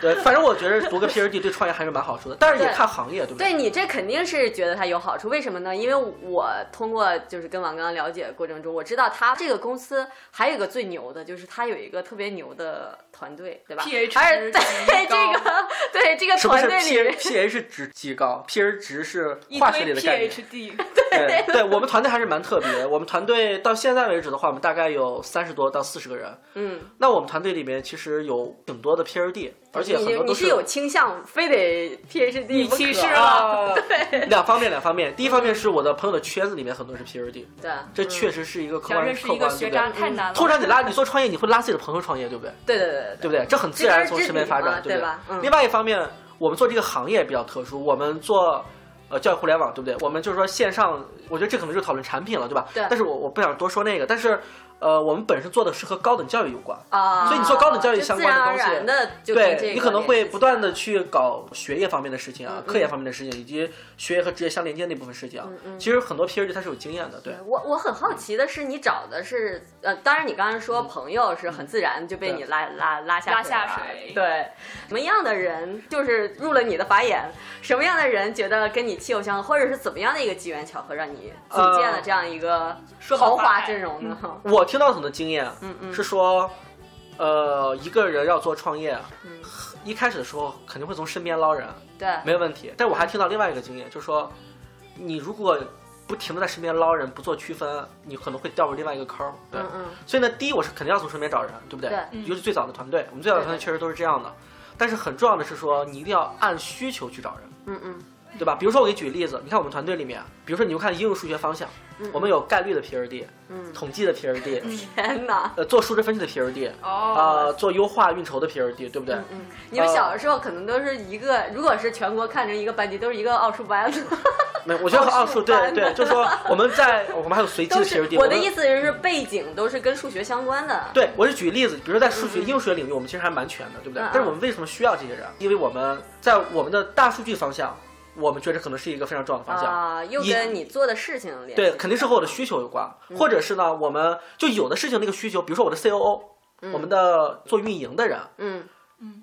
Speaker 3: 对，反正我觉得读个 PhD 对创业还是蛮好处的，但是也
Speaker 1: 嗯对
Speaker 3: 看行业，对不
Speaker 1: 对你这肯定是觉得它有好处，为什么呢？因为我通过就是跟王刚了解过程中，我知道他这个公司还有一个最牛的，就是他有一个特别牛的团队，对吧
Speaker 2: PH
Speaker 1: 而且
Speaker 2: 值
Speaker 1: 对
Speaker 2: 极高
Speaker 1: 这个 *laughs* 对这个
Speaker 3: 是不
Speaker 1: 团
Speaker 3: 是
Speaker 1: 队里
Speaker 3: P
Speaker 1: 面
Speaker 3: P H 值极高？P H 值是
Speaker 2: 一
Speaker 3: 化学里
Speaker 2: 堆
Speaker 3: 的概念。
Speaker 2: PhD，
Speaker 3: 对，对我们团队还是蛮特别。我们团队到现在为止的话，我们大概有三十多到四十个人。
Speaker 1: 嗯，
Speaker 3: 那我们团队里面其实有挺多的 PhD，而且很
Speaker 1: 你
Speaker 3: 多
Speaker 1: 你
Speaker 3: 都
Speaker 1: 是有倾向，非得 PhD
Speaker 2: 你
Speaker 1: 不可
Speaker 2: 歧视了
Speaker 3: 啊，两方面两方面。第一方面是我的朋友的圈子里面很多是 PhD，
Speaker 1: 对，
Speaker 3: 这
Speaker 1: 嗯
Speaker 3: 确实是一个客
Speaker 2: *laughs* 想
Speaker 3: 观
Speaker 2: 认识
Speaker 3: 客
Speaker 2: 一个
Speaker 3: 观，对
Speaker 2: 学
Speaker 3: 不
Speaker 2: 渣
Speaker 3: 对？
Speaker 2: 太难了。
Speaker 3: 通常你拉你做创业，你会拉自己的朋友创业，对不对？
Speaker 1: 对对对
Speaker 3: 对
Speaker 1: 对
Speaker 3: 不对？这很自然
Speaker 1: 这
Speaker 3: 从
Speaker 1: 根儿
Speaker 3: 身边发展，
Speaker 1: 治理嘛
Speaker 3: 不啊
Speaker 1: 对吧嗯
Speaker 3: 另外一方面，我们做这个行业比较特殊，我们做。呃，教育互联网对不对？我们就是说线上，我觉得这可能就讨论产品了，对吧？
Speaker 1: 对
Speaker 3: 但是我我不想多说那个，但是，呃，我们本身做的是和高等教育有关，
Speaker 1: 啊，
Speaker 3: 所以你做高等教育相关的东西
Speaker 1: 就自然而然的就跟这
Speaker 3: 对
Speaker 1: 个
Speaker 3: 你可能会
Speaker 1: 联系
Speaker 3: 不断的去搞学业方面的事情啊，
Speaker 1: 嗯
Speaker 3: 科研方面的事情，以及学业和职业相连接那部分事情啊。
Speaker 1: 嗯
Speaker 3: 其实很多 PhD 它是有经验的，对。
Speaker 1: 我我很好奇的是，你找的是呃，当然你刚才说
Speaker 3: 嗯
Speaker 1: 朋友是很自然就被你拉拉拉下
Speaker 2: 拉
Speaker 1: 水了
Speaker 2: 下水
Speaker 1: 对，什么样的人就是入了你的法眼，什么样的人觉得跟你气候相合，或者是怎么样的一个机缘巧合让你组
Speaker 3: 呃
Speaker 1: 建了这样一个
Speaker 2: 说
Speaker 1: 豪
Speaker 2: 到
Speaker 1: 华
Speaker 2: 法
Speaker 1: 阵容呢？
Speaker 3: 我听到很多经验，
Speaker 1: 嗯嗯
Speaker 3: 是说，呃，一个人要做创业，啊
Speaker 1: 嗯
Speaker 3: 一开始的时候肯定会从身边捞人，啊
Speaker 1: 对，
Speaker 3: 没有问题。但我还听到另外一个经验，就是说，你如果不停的在身边捞人，不做区分，你可能会掉入另外一个坑儿。对，
Speaker 1: 嗯嗯
Speaker 3: 所以呢，第一我是肯定要从身边找人，对不对？
Speaker 1: 对
Speaker 2: 嗯
Speaker 3: 尤其最早的团队，我们最早的团队确实都是这样的。但是很重要的是说，你一定要按需求去找人。
Speaker 1: 嗯嗯
Speaker 3: 对吧？比如说我给你举例子，你看我们团队里面，比如说你就看应用数学方向，
Speaker 1: 嗯
Speaker 3: 我们有概率的 PhD，
Speaker 1: 嗯， *laughs*
Speaker 3: 统计的 PhD，、
Speaker 1: 天哪！
Speaker 3: 呃，做数值分析的 PhD，啊、
Speaker 2: 哦，
Speaker 3: 做优化运筹的 PhD，对不对？
Speaker 1: 嗯，你们
Speaker 3: 呃
Speaker 1: 小的时候可能都是一个，如果是全国看成一个班级，都是一个奥数班。
Speaker 3: 没，我觉得和奥数
Speaker 1: *laughs*
Speaker 3: 对
Speaker 1: 班的
Speaker 3: 对，就是说我们在我们还有随机
Speaker 1: 都
Speaker 3: *laughs* 的
Speaker 1: 是
Speaker 3: PhD，
Speaker 1: 我的
Speaker 3: 们
Speaker 1: 意思是背景都是跟数学相关的。
Speaker 3: 对，我是举例子，比如说在数学、应用数学领域，我们其实还蛮全的，对不对？
Speaker 1: 嗯嗯嗯
Speaker 3: 但是我们为什么需要这些人？因为我们在我们的大数据方向，我们觉得可能是一个非常重要的方向。
Speaker 1: 啊，又
Speaker 3: 以
Speaker 1: 跟你做的事情联系。
Speaker 3: 对，肯定是和我的需求有关，
Speaker 1: 嗯
Speaker 3: 或者是呢，我们就有的事情那个需求，比如说我的 COO，、我们的做运营的人，
Speaker 1: 嗯，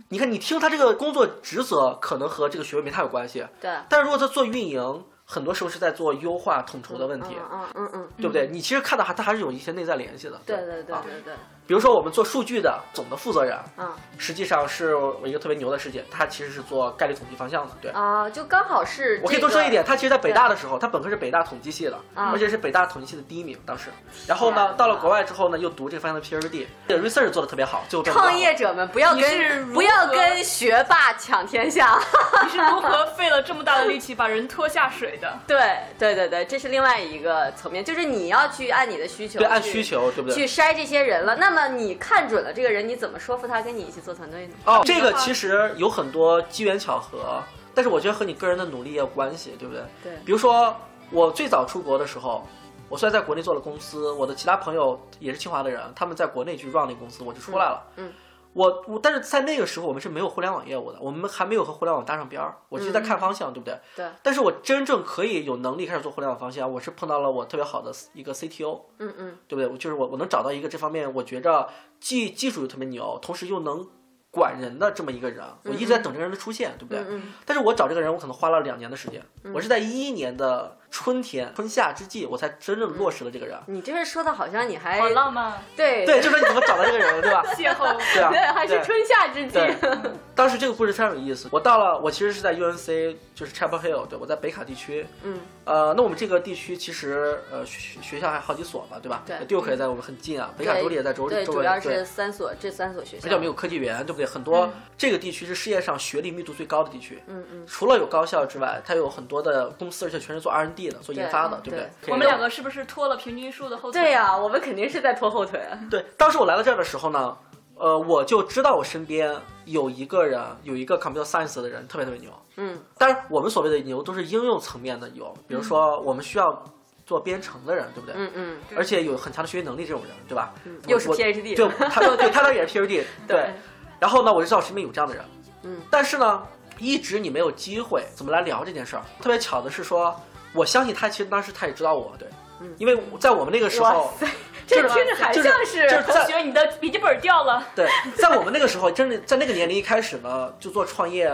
Speaker 3: 你看你听他这个工作职责，可能和这个学位没太有关系，
Speaker 1: 对，
Speaker 3: 但是如果他做运营，很多时候是在做优化统筹的问题，
Speaker 1: 嗯嗯嗯嗯，
Speaker 3: 对不对？你其实看到还它还是有一些内在联系的。
Speaker 1: 对对对
Speaker 3: 啊
Speaker 1: 对对，
Speaker 3: 比比如说我们做数据的总的负责人，
Speaker 1: 嗯
Speaker 3: 实际上是我一个特别牛的师姐，她其实是做概率统计方向的，对。
Speaker 1: 啊，就刚好是
Speaker 3: 我可以
Speaker 1: 这
Speaker 3: 多
Speaker 1: 个
Speaker 3: 说一点，他其实，在北大的时候，他本科是北大统计系的，
Speaker 1: 啊
Speaker 3: 而且是北大统计系的第一名当时。然后
Speaker 1: 天
Speaker 3: 呢
Speaker 1: 哪，
Speaker 3: 到了国外之后呢，又读这方面的 PhD，这个 research 做的特别好，最后变成
Speaker 1: 创业者们不要
Speaker 2: 你是
Speaker 1: 跟
Speaker 2: 如何
Speaker 1: 不要跟学霸抢天下。 *laughs*
Speaker 2: 你是如何费了这么大的力气把人拖下水的？
Speaker 1: 对对对对，这是另外一个层面，就是你要去按你的需求，
Speaker 3: 对按
Speaker 1: 去
Speaker 3: 需求，对不
Speaker 1: 去
Speaker 3: 对？
Speaker 1: 筛这些人了。那么你看准了这个人，你怎么说服他跟你一起做团队呢？
Speaker 3: 哦，这个其实有很多机缘巧合，但是我觉得和你个人的努力也有关系，对不对？
Speaker 1: 对
Speaker 3: 比如说我最早出国的时候，我虽然在国内做了公司，我的其他朋友也是清华的人，他们在国内去 run 那个公司，我就出来了。
Speaker 1: 嗯嗯
Speaker 3: 我我但是在那个时候我们是没有互联网业务的，我们还没有和互联网搭上边儿，我就在看方向，对不对？
Speaker 1: 对。
Speaker 3: 但是我真正可以有能力开始做互联网方向，我是碰到了我特别好的一个 CTO，
Speaker 1: 嗯嗯，
Speaker 3: 对不对？我就是我我能找到一个这方面我觉着技技术又特别牛，同时又能管人的这么一个人，我一直在等这个人的出现，对不对？
Speaker 1: 嗯
Speaker 3: 但是我找这个人，我可能花了两年的时间，我是在一一年的春天、春夏之际，我才真正落实了这个人。
Speaker 1: 你这是说的好像你还
Speaker 2: 好浪 *laughs* 漫，
Speaker 1: 对
Speaker 3: 对，就是你怎么找到这个
Speaker 1: *laughs*
Speaker 3: 人，对吧？
Speaker 2: 邂逅。
Speaker 3: 对啊，
Speaker 1: 对， *laughs* 还是
Speaker 3: 对
Speaker 1: 春夏之际。
Speaker 3: 对，当时这个故事非常有意思。我到了，我其实是在 UNC，就是 Chapel Hill，对我在北卡地区。
Speaker 1: 嗯，
Speaker 3: 呃，那我们这个地区其实呃学学校还好几所嘛，对吧？
Speaker 1: 对
Speaker 3: ，Duke 也在我们很近啊，北
Speaker 1: 对
Speaker 3: 卡州立也在州
Speaker 1: 对，
Speaker 3: 周
Speaker 1: 主
Speaker 3: 围。
Speaker 1: 要
Speaker 3: 对
Speaker 1: 是嗯三所这三所学校。
Speaker 3: 而且我们有科技园，对不对？很多、这个地区是世界上学历密度最高的地区。
Speaker 1: 嗯嗯，
Speaker 3: 除了有高校之外，它有很多的公司，而且全是做 R&D 的，做研发的，
Speaker 1: 对嗯
Speaker 3: 不对
Speaker 1: 对？
Speaker 3: 可以
Speaker 2: 我们两
Speaker 3: 让
Speaker 2: 个是不是拖了平均数的后腿？
Speaker 1: 对呀、我们肯定是在拖后腿。啊
Speaker 3: 对，当时我来到这儿的时候呢，呃，我就知道我身边有一个人，有一个 computer science 的人特别特别牛。
Speaker 1: 嗯
Speaker 3: 当然，我们所谓的牛都是应用层面的牛，比如说我们需要做编程的人，对不对？
Speaker 1: 嗯嗯，
Speaker 3: 而且有很强的学习能力这种人，对吧？我
Speaker 1: 又是
Speaker 3: 我
Speaker 1: PhD
Speaker 3: 就他对他当然也是 PhD，对。然后呢，我就知道我身边有这样的人，
Speaker 1: 嗯，
Speaker 3: 但是呢，一直你没有机会怎么来聊这件事儿。特别巧的是说，我相信他其实当时他也知道我，对，
Speaker 1: 嗯
Speaker 3: 因为我在我们那个时
Speaker 1: 哇
Speaker 3: 候，
Speaker 1: 塞，这听着还像
Speaker 3: 就是就是
Speaker 2: 同学，你的笔记本掉了。
Speaker 3: 对，在我们那个时候，真的在那个年龄一开始呢，就做创业，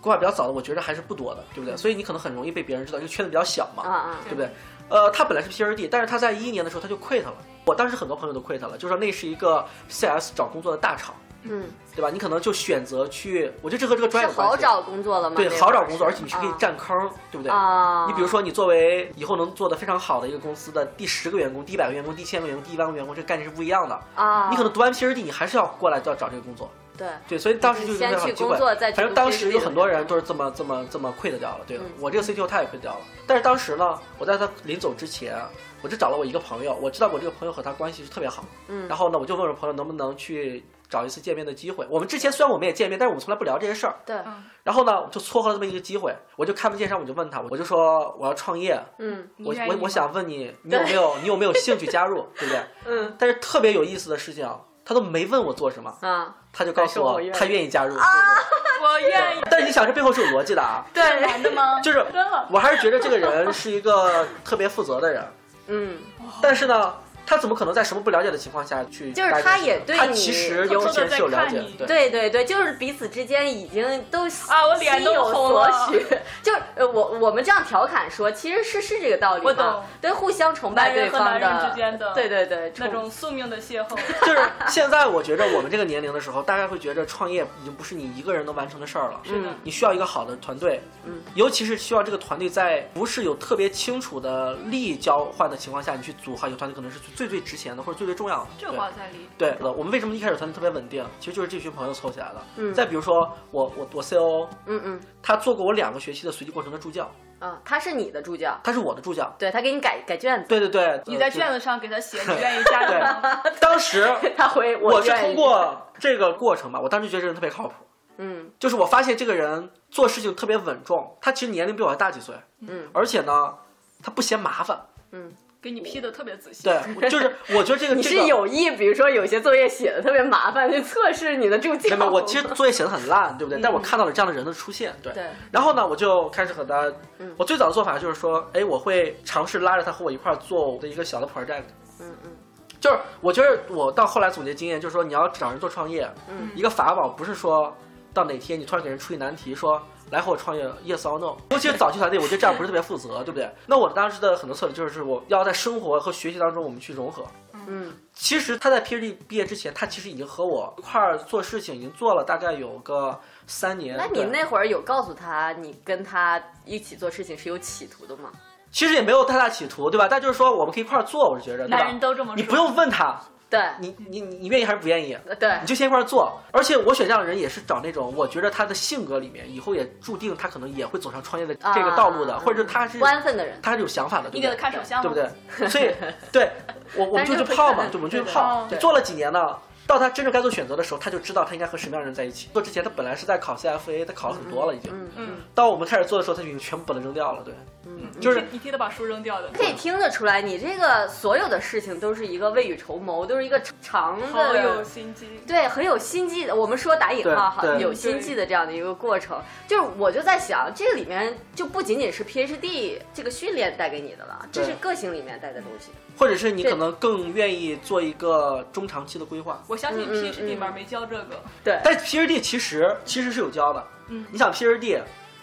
Speaker 3: 规划比较早的，我觉得还是不多的，对不
Speaker 1: 嗯
Speaker 3: 对？所以你可能很容易被别人知道，因为圈子比较小嘛，
Speaker 1: 啊啊
Speaker 3: 对不对？呃，他本来是 PhD，但是他在一一年的时候他就 quit 了。我当时很多朋友都 quit 了，就说那是一个 CS 找工作的大厂，
Speaker 1: 嗯，
Speaker 3: 对吧？你可能就选择去，我觉得这和这个专
Speaker 1: 是
Speaker 3: 业有关
Speaker 1: 好
Speaker 3: 系，
Speaker 1: 找工作了吗？
Speaker 3: 对，
Speaker 1: 那会儿
Speaker 3: 好找工作，而
Speaker 1: 是
Speaker 3: 且你是可以占坑，对不对？
Speaker 1: 啊。
Speaker 3: 你比如，说，你作为以后能做得非常好的一个公司的第十个员工、第一百个员工、第一千个员工、第一万个员工，这个概念是不一样的。
Speaker 1: 啊，
Speaker 3: 你可能读完 PhD，你还是要过来要找这个工作，
Speaker 1: 对，
Speaker 3: 对，所以当时就有这
Speaker 1: 先
Speaker 3: 样的
Speaker 1: 去
Speaker 3: 机
Speaker 1: 工
Speaker 3: 会。
Speaker 1: 作，再去
Speaker 3: 反正当时有很多人
Speaker 1: 读
Speaker 3: 都是这么这么这么 quit 掉了，对、
Speaker 1: 嗯
Speaker 3: 我这个 CTO 他也 quit 掉了。但是当时呢，我在他临走之前，我就找了我一个朋友，我知道我这个朋友和他关系是特别好，
Speaker 1: 嗯
Speaker 3: 然后呢，我就问我朋友能不能去找一次见面的机会。我们之前虽然我们也见面，但是我们从来不聊这些事儿。
Speaker 1: 对，
Speaker 3: 然后呢，我就撮合了这么一个机会，我就开门见山我就问他，我就说我要创业，
Speaker 1: 嗯
Speaker 2: 你
Speaker 3: 我
Speaker 2: 愿
Speaker 3: 我
Speaker 2: 意吗
Speaker 3: 我想问你，你有没有你有没有兴趣加入，对不对？
Speaker 2: *laughs*
Speaker 1: 嗯
Speaker 3: 但是特别有意思的事情，啊他都没问我做什么，
Speaker 1: 啊，
Speaker 3: 他就告诉
Speaker 1: 他说
Speaker 3: 我
Speaker 1: 我愿意
Speaker 3: 他愿意加
Speaker 2: 啊
Speaker 3: 入。
Speaker 2: 我愿
Speaker 3: 对 *laughs*
Speaker 2: 意
Speaker 3: 对但是你想，这背后是有逻辑的啊，
Speaker 1: 对，
Speaker 2: 男的吗？
Speaker 3: 就是
Speaker 2: 真了，
Speaker 3: 我还是觉得这个人是一个特别负责的人，
Speaker 1: 嗯，
Speaker 2: 哦
Speaker 3: 但是呢，他怎么可能在什么不了解的情况下去
Speaker 1: 就是
Speaker 3: 干这个
Speaker 1: 他
Speaker 3: 事情
Speaker 1: 也
Speaker 3: 呢
Speaker 1: 对
Speaker 3: 他
Speaker 1: 你
Speaker 3: 其实
Speaker 2: 偷偷
Speaker 3: 有
Speaker 2: 地
Speaker 3: 些是
Speaker 2: 在
Speaker 3: 有了
Speaker 2: 看
Speaker 3: 解
Speaker 2: 你，
Speaker 3: 对。
Speaker 1: 对对对，就是彼此之间已经都
Speaker 2: 啊我脸都
Speaker 1: 心有
Speaker 2: 红
Speaker 1: 所
Speaker 2: 了
Speaker 1: 许，就是呃，我我们这样调侃说，其实是是这个道理嘛，
Speaker 2: 我懂
Speaker 1: 对，互相崇拜
Speaker 2: 男
Speaker 1: 对
Speaker 2: 人和
Speaker 1: 方
Speaker 2: 男人之间的
Speaker 1: 对对对，
Speaker 2: 那
Speaker 1: 崇
Speaker 2: 种宿命的邂逅。
Speaker 3: *laughs* 就是现在，我觉得我们这个年龄的时候，大家会觉得创业已经不是你一个人能完成的事儿了。
Speaker 2: 是的
Speaker 1: 嗯
Speaker 3: 你需要一个好的团队，
Speaker 1: 嗯，
Speaker 3: 尤其是需要这个团队在不是有特别清楚的利益交换的情况下，你去组好一个团队，可能是最最值钱的或者最最重要的。
Speaker 2: 这话在理。
Speaker 3: 对，对，我们为什么一开始团队特别稳定，其实就是这群朋友凑起来的。
Speaker 1: 嗯
Speaker 3: 再比如说我我我 COO，
Speaker 1: 嗯嗯
Speaker 3: 他做过我两个学期的随机过程的助教，
Speaker 1: 啊，他是你的助教，
Speaker 3: 他是我的助教。
Speaker 1: 对他给你改改卷子，
Speaker 3: 对对对，
Speaker 2: 你在卷
Speaker 3: 子。
Speaker 2: 子上给他写，你愿意加入吗？
Speaker 3: 当时
Speaker 1: 他回
Speaker 3: 我是
Speaker 1: 愿
Speaker 3: 通
Speaker 1: 意
Speaker 3: 过这个过程吧，我当时觉得这人特别靠谱。
Speaker 1: 嗯
Speaker 3: 就是我发现这个人做事情特别稳重，他其实年龄比我还大几岁，
Speaker 1: 嗯
Speaker 3: 而且呢，他不嫌麻烦。
Speaker 1: 嗯，
Speaker 2: 给你批的特别仔细。
Speaker 3: 对，
Speaker 1: *laughs*
Speaker 3: 我就是我觉得这个
Speaker 1: 你
Speaker 3: 这个
Speaker 1: 是有意，比如说有些作业写的特别麻烦，去测试你的助
Speaker 3: 没
Speaker 1: 教，
Speaker 3: 有没有，我其实作业写的很烂，对不对？但我看到了这样的人的出现，对。
Speaker 1: *laughs* 对
Speaker 3: 然后呢，我就开始和他
Speaker 1: 嗯，
Speaker 3: 我最早的做法就是说，哎，我会尝试拉着他和我一块儿做我的一个小的 project。
Speaker 1: 嗯嗯
Speaker 3: 就是我觉得我到后来总结经验，就是说你要找人做创业，
Speaker 1: 嗯
Speaker 3: 一个法宝不是说到哪天你突然给人出一难题说。来和我创业，yes or no？尤其是早期团队，我觉得这样不是特别负责，对不对？那我当时的很多策略就是，我要在生活和学习当中我们去融合，
Speaker 1: 嗯
Speaker 3: 其实他在 PhD 毕业之前，他其实已经和我一块儿做事情，已经做了大概有个三年。
Speaker 1: 那你
Speaker 3: 对
Speaker 1: 那会儿有告诉他你跟他一起做事情是有企图的吗？
Speaker 3: 其实也没有太大企图，对吧？但就是说我们可以一块儿做，我是觉着，对
Speaker 2: 男人
Speaker 3: 吧？
Speaker 2: 都这么说。
Speaker 3: 你不用问他，
Speaker 1: 对，
Speaker 3: 你你你你愿意还是不愿意？
Speaker 1: 呃对
Speaker 3: 你，就先一块儿做，而且我选这样的人也是找那种我觉得他的性格里面以后也注定他可能也会走上创业的这个道路的，
Speaker 1: 啊
Speaker 3: 或者是他是
Speaker 1: 不安分的人。
Speaker 3: 他是有想法的，对
Speaker 2: 你
Speaker 3: 不
Speaker 2: 给他
Speaker 3: 对？
Speaker 2: 看手相
Speaker 3: 对
Speaker 2: 吗？
Speaker 3: 不对？所以对我我们
Speaker 1: 但是
Speaker 3: 就去
Speaker 1: 会
Speaker 3: 泡嘛，
Speaker 1: 看
Speaker 3: 对，我们就去
Speaker 1: 对哦
Speaker 3: 泡，
Speaker 1: 对
Speaker 3: 做了几年呢？到他真正该做选择的时候，他就知道他应该和什么样的人在一起。做之前，他本来是在考 CFA，他考了很多了已
Speaker 1: *laughs*
Speaker 3: 经。
Speaker 1: 嗯嗯
Speaker 2: 嗯，
Speaker 3: 到我们开始做的时候，他就已经全部本子扔掉了。对，
Speaker 1: 嗯，嗯
Speaker 3: 就是
Speaker 2: 你你替他把书扔掉的。
Speaker 1: 可以听得出来，你这个所有的事情都是一个未雨绸缪，都是一个长
Speaker 2: 好有
Speaker 1: 的。
Speaker 2: 心机。
Speaker 1: 对，很有心计的。我们说打引号哈，
Speaker 3: 对对
Speaker 1: 有心计的这样的一个过程，就是我就在想，这里面就不仅仅是 PhD 这个训练带给你的了，这
Speaker 3: 对
Speaker 1: 是个性里面带的东西。
Speaker 3: 或者是你
Speaker 1: 对
Speaker 3: 可能更愿意做一个中长期的规划。
Speaker 2: 我相信
Speaker 1: 嗯嗯
Speaker 2: PhD 里面没教这个，
Speaker 1: 对，
Speaker 3: 但是 PhD 其实其实是有教的。
Speaker 2: 嗯
Speaker 3: 你想 PhD，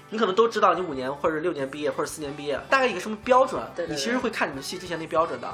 Speaker 3: 你可能都知道你五年或者六年毕业或者四年毕业，大概一个什么标准，
Speaker 1: 对对对
Speaker 3: 你其实会看你们系之前那标准的。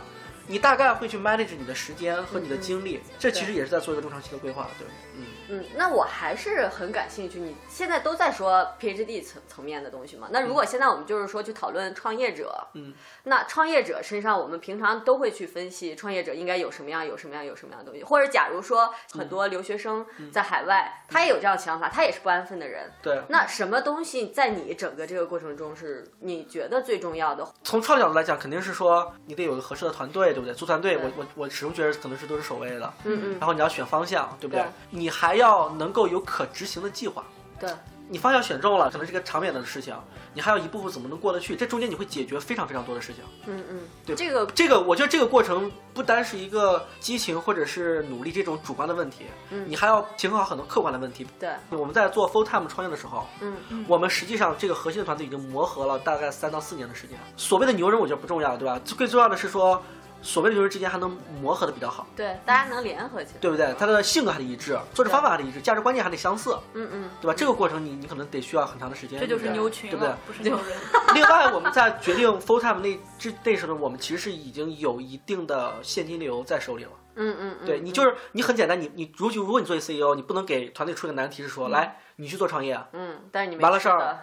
Speaker 3: 你大概会去 manage 你的时间和你的精力，这其实也是在做一个中长期的规划，对，嗯。
Speaker 1: 嗯，那我还是很感兴趣。你现在都在说 PhD 层层面的东西嘛？那如果现在我们就是说去讨论创业者，
Speaker 3: 嗯，
Speaker 1: 那创业者身上我们平常都会去分析创业者应该有什么样、有什么样、有什么样的东西，或者假如说很
Speaker 3: 嗯
Speaker 1: 多留学生在海外，他也有这样的想法，他也是不安分的人。
Speaker 3: 对，
Speaker 1: 那什么东西在你整个这个过程中是你觉得最重要的？
Speaker 3: 从创业角度来讲，肯定是说你得有个合适的团队，对不对？做团队，
Speaker 1: 对
Speaker 3: 我我我始终觉得可能是都是首位的。
Speaker 1: 嗯
Speaker 3: 然后你要选方向，对不对？
Speaker 1: 对
Speaker 3: 你还要能够有可执行的计划。
Speaker 1: 嗯，对，
Speaker 3: 你方向选中了，可能是个长远的事情，你还要一步步怎么能过得去？这中间你会解决非常非常多的事情。
Speaker 1: 嗯嗯，
Speaker 3: 对
Speaker 1: 这个
Speaker 3: 这个我觉得这个过程不单是一个激情或者是努力这种主观的问题，
Speaker 1: 嗯
Speaker 3: 你还要平衡好很多客观的问题。
Speaker 1: 对，
Speaker 3: 我们在做 full time 创业的时候，
Speaker 1: 嗯嗯
Speaker 3: 我们实际上这个核心的团队已经磨合了大概三到四年的时间。所谓的牛人，我觉得不重要，对吧？最重要的是说，所谓的牛人之间还能磨合的比较好，
Speaker 1: 对，大家能联合起来。
Speaker 3: 对不对？他的性格还得一致，做事方法还得一致，价值观念还得相似，
Speaker 1: 嗯嗯，
Speaker 3: 对吧？这个过程你你可能得需要很长的时间。
Speaker 2: 这就是
Speaker 3: 对
Speaker 2: 牛群
Speaker 3: 对不对
Speaker 2: 了，？不是牛
Speaker 3: *laughs*
Speaker 2: 人。
Speaker 3: 另外，我们在决定 full time 那之那时候，我们其实是已经有一定的现金流在手里了。
Speaker 1: 嗯嗯嗯，
Speaker 3: 对你就是你很简单，你你如就如果你作为 CEO，你不 E 能给团队出一个难题是说，来你去做创业，
Speaker 1: 嗯，但是你没
Speaker 3: 完了
Speaker 1: 吃
Speaker 3: 事儿
Speaker 1: 的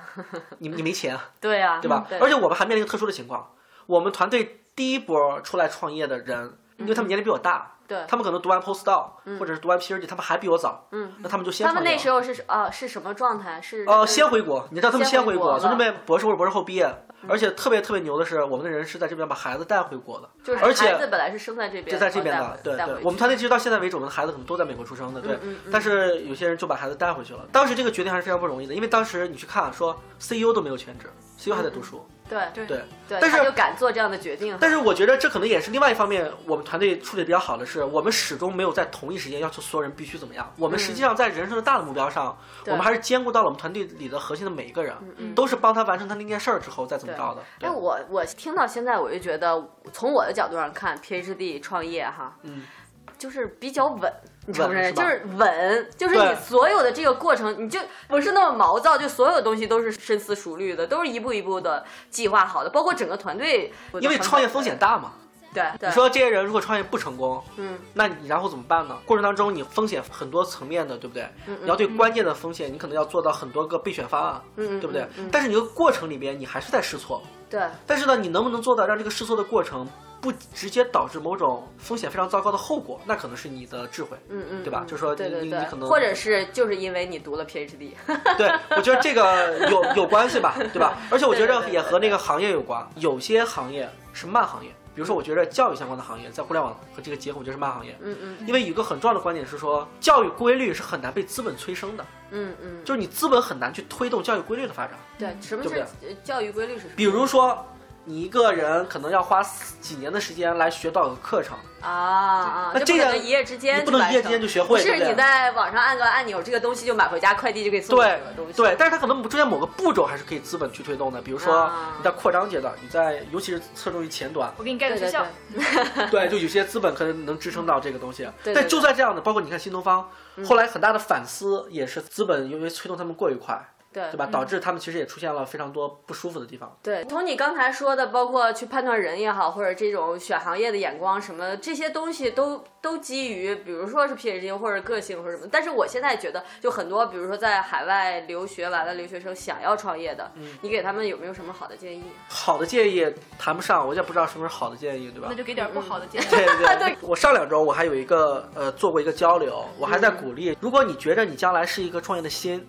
Speaker 3: 你你没钱，
Speaker 1: 对啊，
Speaker 3: 对吧？
Speaker 1: 对
Speaker 3: 而且我们还面临一个特殊的情况，我们团队第一波出来创业的人，因
Speaker 1: 嗯
Speaker 3: 为他们年龄比我大，
Speaker 1: 对
Speaker 3: 他们可能读完 postdoc 或者是读完 PhD，他们还比我早，
Speaker 1: 嗯，
Speaker 3: 那他们就先
Speaker 1: 他们
Speaker 3: 创业
Speaker 1: 那
Speaker 3: 了
Speaker 1: 时候是啊是什么状态？是
Speaker 3: 呃，先回国，你知道他们
Speaker 1: 先
Speaker 3: 先
Speaker 1: 回
Speaker 3: 回
Speaker 1: 国嗯
Speaker 3: 国，从
Speaker 1: 了
Speaker 3: 这边博士或者博士后毕业，而且特别特别牛的是，我们的人是在这边把孩子带回国的，
Speaker 1: 就是
Speaker 3: 而
Speaker 1: 孩子
Speaker 3: 且
Speaker 1: 本来是生在这边，
Speaker 3: 就在这边
Speaker 1: 然后
Speaker 3: 的，对
Speaker 1: 再回
Speaker 3: 对，我们团队其实到现在为止，我们的孩子可能都在美国出生的，对
Speaker 1: 嗯嗯嗯，
Speaker 3: 但是有些人就把孩子带回去了。当时这个决定还是非常不容易的，因为当时你去看啊说 CEO 都没有全职，CEO 还在读书，
Speaker 1: 嗯对
Speaker 2: 对，
Speaker 3: 对，
Speaker 1: 对，
Speaker 3: 但
Speaker 1: 他
Speaker 3: 是
Speaker 1: 就敢做这样的决定，
Speaker 3: 但是我觉得这可能也是另外一方面，我们团队处理比较好的是，我们始终没有在同一时间要求所有人必须怎么样。我们实际上在人生的大的目标上，
Speaker 1: 嗯
Speaker 3: 我
Speaker 1: 对
Speaker 3: 们还是兼顾到了我们团队里的核心的每一个人，
Speaker 1: 嗯
Speaker 3: 都是帮他完成他那件事儿之后再怎么
Speaker 1: 对
Speaker 3: 着的。对
Speaker 1: 哎，我我听到现在，我就觉得从我的角度上看，PhD 创业哈，
Speaker 3: 嗯，
Speaker 1: 就是比较稳。你承不承
Speaker 3: 稳
Speaker 1: 认？
Speaker 3: 是吧
Speaker 1: 就是稳，就是你
Speaker 3: 对
Speaker 1: 所有的这个过程，你就不是那么毛躁，就所有东西都是深思熟虑的，都是一步一步的计划好的，包括整个团队。
Speaker 3: 因为创业风险大嘛。
Speaker 1: 对，对
Speaker 3: 你说这些人如果创业不成功，
Speaker 1: 嗯，
Speaker 3: 那你然后怎么办呢？过程当中你风险很多层面的，对不对？
Speaker 1: 嗯嗯
Speaker 3: 你要对关键的风险，你可能要做到很多个备选方案，
Speaker 1: 嗯嗯
Speaker 3: 对不对？
Speaker 1: 嗯嗯
Speaker 3: 但是你的过程里边你还是在试错，
Speaker 1: 对，
Speaker 3: 但是呢，你能不能做到让这个试错的过程不直接导致某种风险非常糟糕的后果？那可能是你的智慧。
Speaker 1: 嗯嗯，
Speaker 3: 对吧
Speaker 1: 嗯
Speaker 3: 就说
Speaker 1: 对
Speaker 3: 你
Speaker 1: 对
Speaker 3: 你
Speaker 1: 对
Speaker 3: 你可能
Speaker 1: 或者是就是因为你读了 PhD，
Speaker 3: 对，我觉得这个有有关系吧，对吧？而且我
Speaker 1: 对
Speaker 3: 觉
Speaker 1: 对
Speaker 3: 着
Speaker 1: 对
Speaker 3: 也和那个行业有关，有些行业是慢行业，比如说我觉得教育相关的行业在互联网和这个结合，我觉得是慢行业。
Speaker 1: 嗯嗯
Speaker 3: 因为有一个很重要的观点是说，教育规律是很难被资本催生的，
Speaker 1: 嗯嗯，
Speaker 3: 就是你资本很难去推动教育规律的发展。
Speaker 1: 对，什么是
Speaker 3: 嗯对
Speaker 1: 呃教育规律是什么？
Speaker 3: 比如说，你一个人可能要花几年的时间来学到一个课程，
Speaker 1: 啊啊，
Speaker 3: 那
Speaker 1: 就
Speaker 3: 这
Speaker 1: 不可
Speaker 3: 个
Speaker 1: 能一夜之间
Speaker 3: 你不
Speaker 1: 就
Speaker 3: 能
Speaker 1: 完
Speaker 3: 一夜之间
Speaker 1: 成
Speaker 3: 就学会，
Speaker 1: 不
Speaker 3: 对
Speaker 1: 是
Speaker 3: 不对
Speaker 1: 你在网上按个按钮，这个东西就买回家，快递就给送
Speaker 3: 对
Speaker 1: 这个东西。
Speaker 3: 对，但是它可能某中间某个步骤还是可以资本去推动的，比如说
Speaker 1: 啊
Speaker 3: 你在扩张阶段，你在尤其是侧重于
Speaker 1: *laughs*
Speaker 3: 前端
Speaker 2: 我给你盖个
Speaker 1: 对
Speaker 2: 学
Speaker 1: 对
Speaker 2: 校
Speaker 1: 对，
Speaker 3: 对，就有些资本可能能支撑到这个东西。
Speaker 1: 对对嗯
Speaker 3: 但就在这样的，包括你看新东方，后来很大的反思也是资本因为推动他们过于快，
Speaker 1: 对
Speaker 3: 对吧？导致他们其实也出现了非常多不舒服的地方。
Speaker 1: 对，从你刚才说的，包括去判断人也好，或者这种选行业的眼光什么，这些东西都都基于，比如说是 PhD 或者个性或者什么。但是我现在觉得，就很多，比如说在海外留学完了留学生想要创业的，
Speaker 3: 嗯
Speaker 1: 你给他们有没有什么好的建议？
Speaker 3: 好的建议谈不上，我也不知道什么是好的建议，对吧
Speaker 2: 那？就给点不好的建议。
Speaker 3: 对对对， *laughs* 我上两周我还有一个呃做过一个交流，我还在鼓励，如果你觉得你将来是一个创业的心，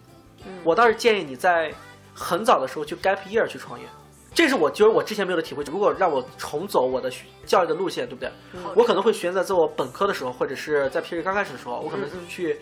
Speaker 3: 我倒是建议你在很早的时候去 gap year 去创业，这是我觉得我之前没有的体会。如果让我重走我的学教育的路线，对不对？我可能会选择在我本科的时候，或者是在 PhD 刚开始的时候，我可能就去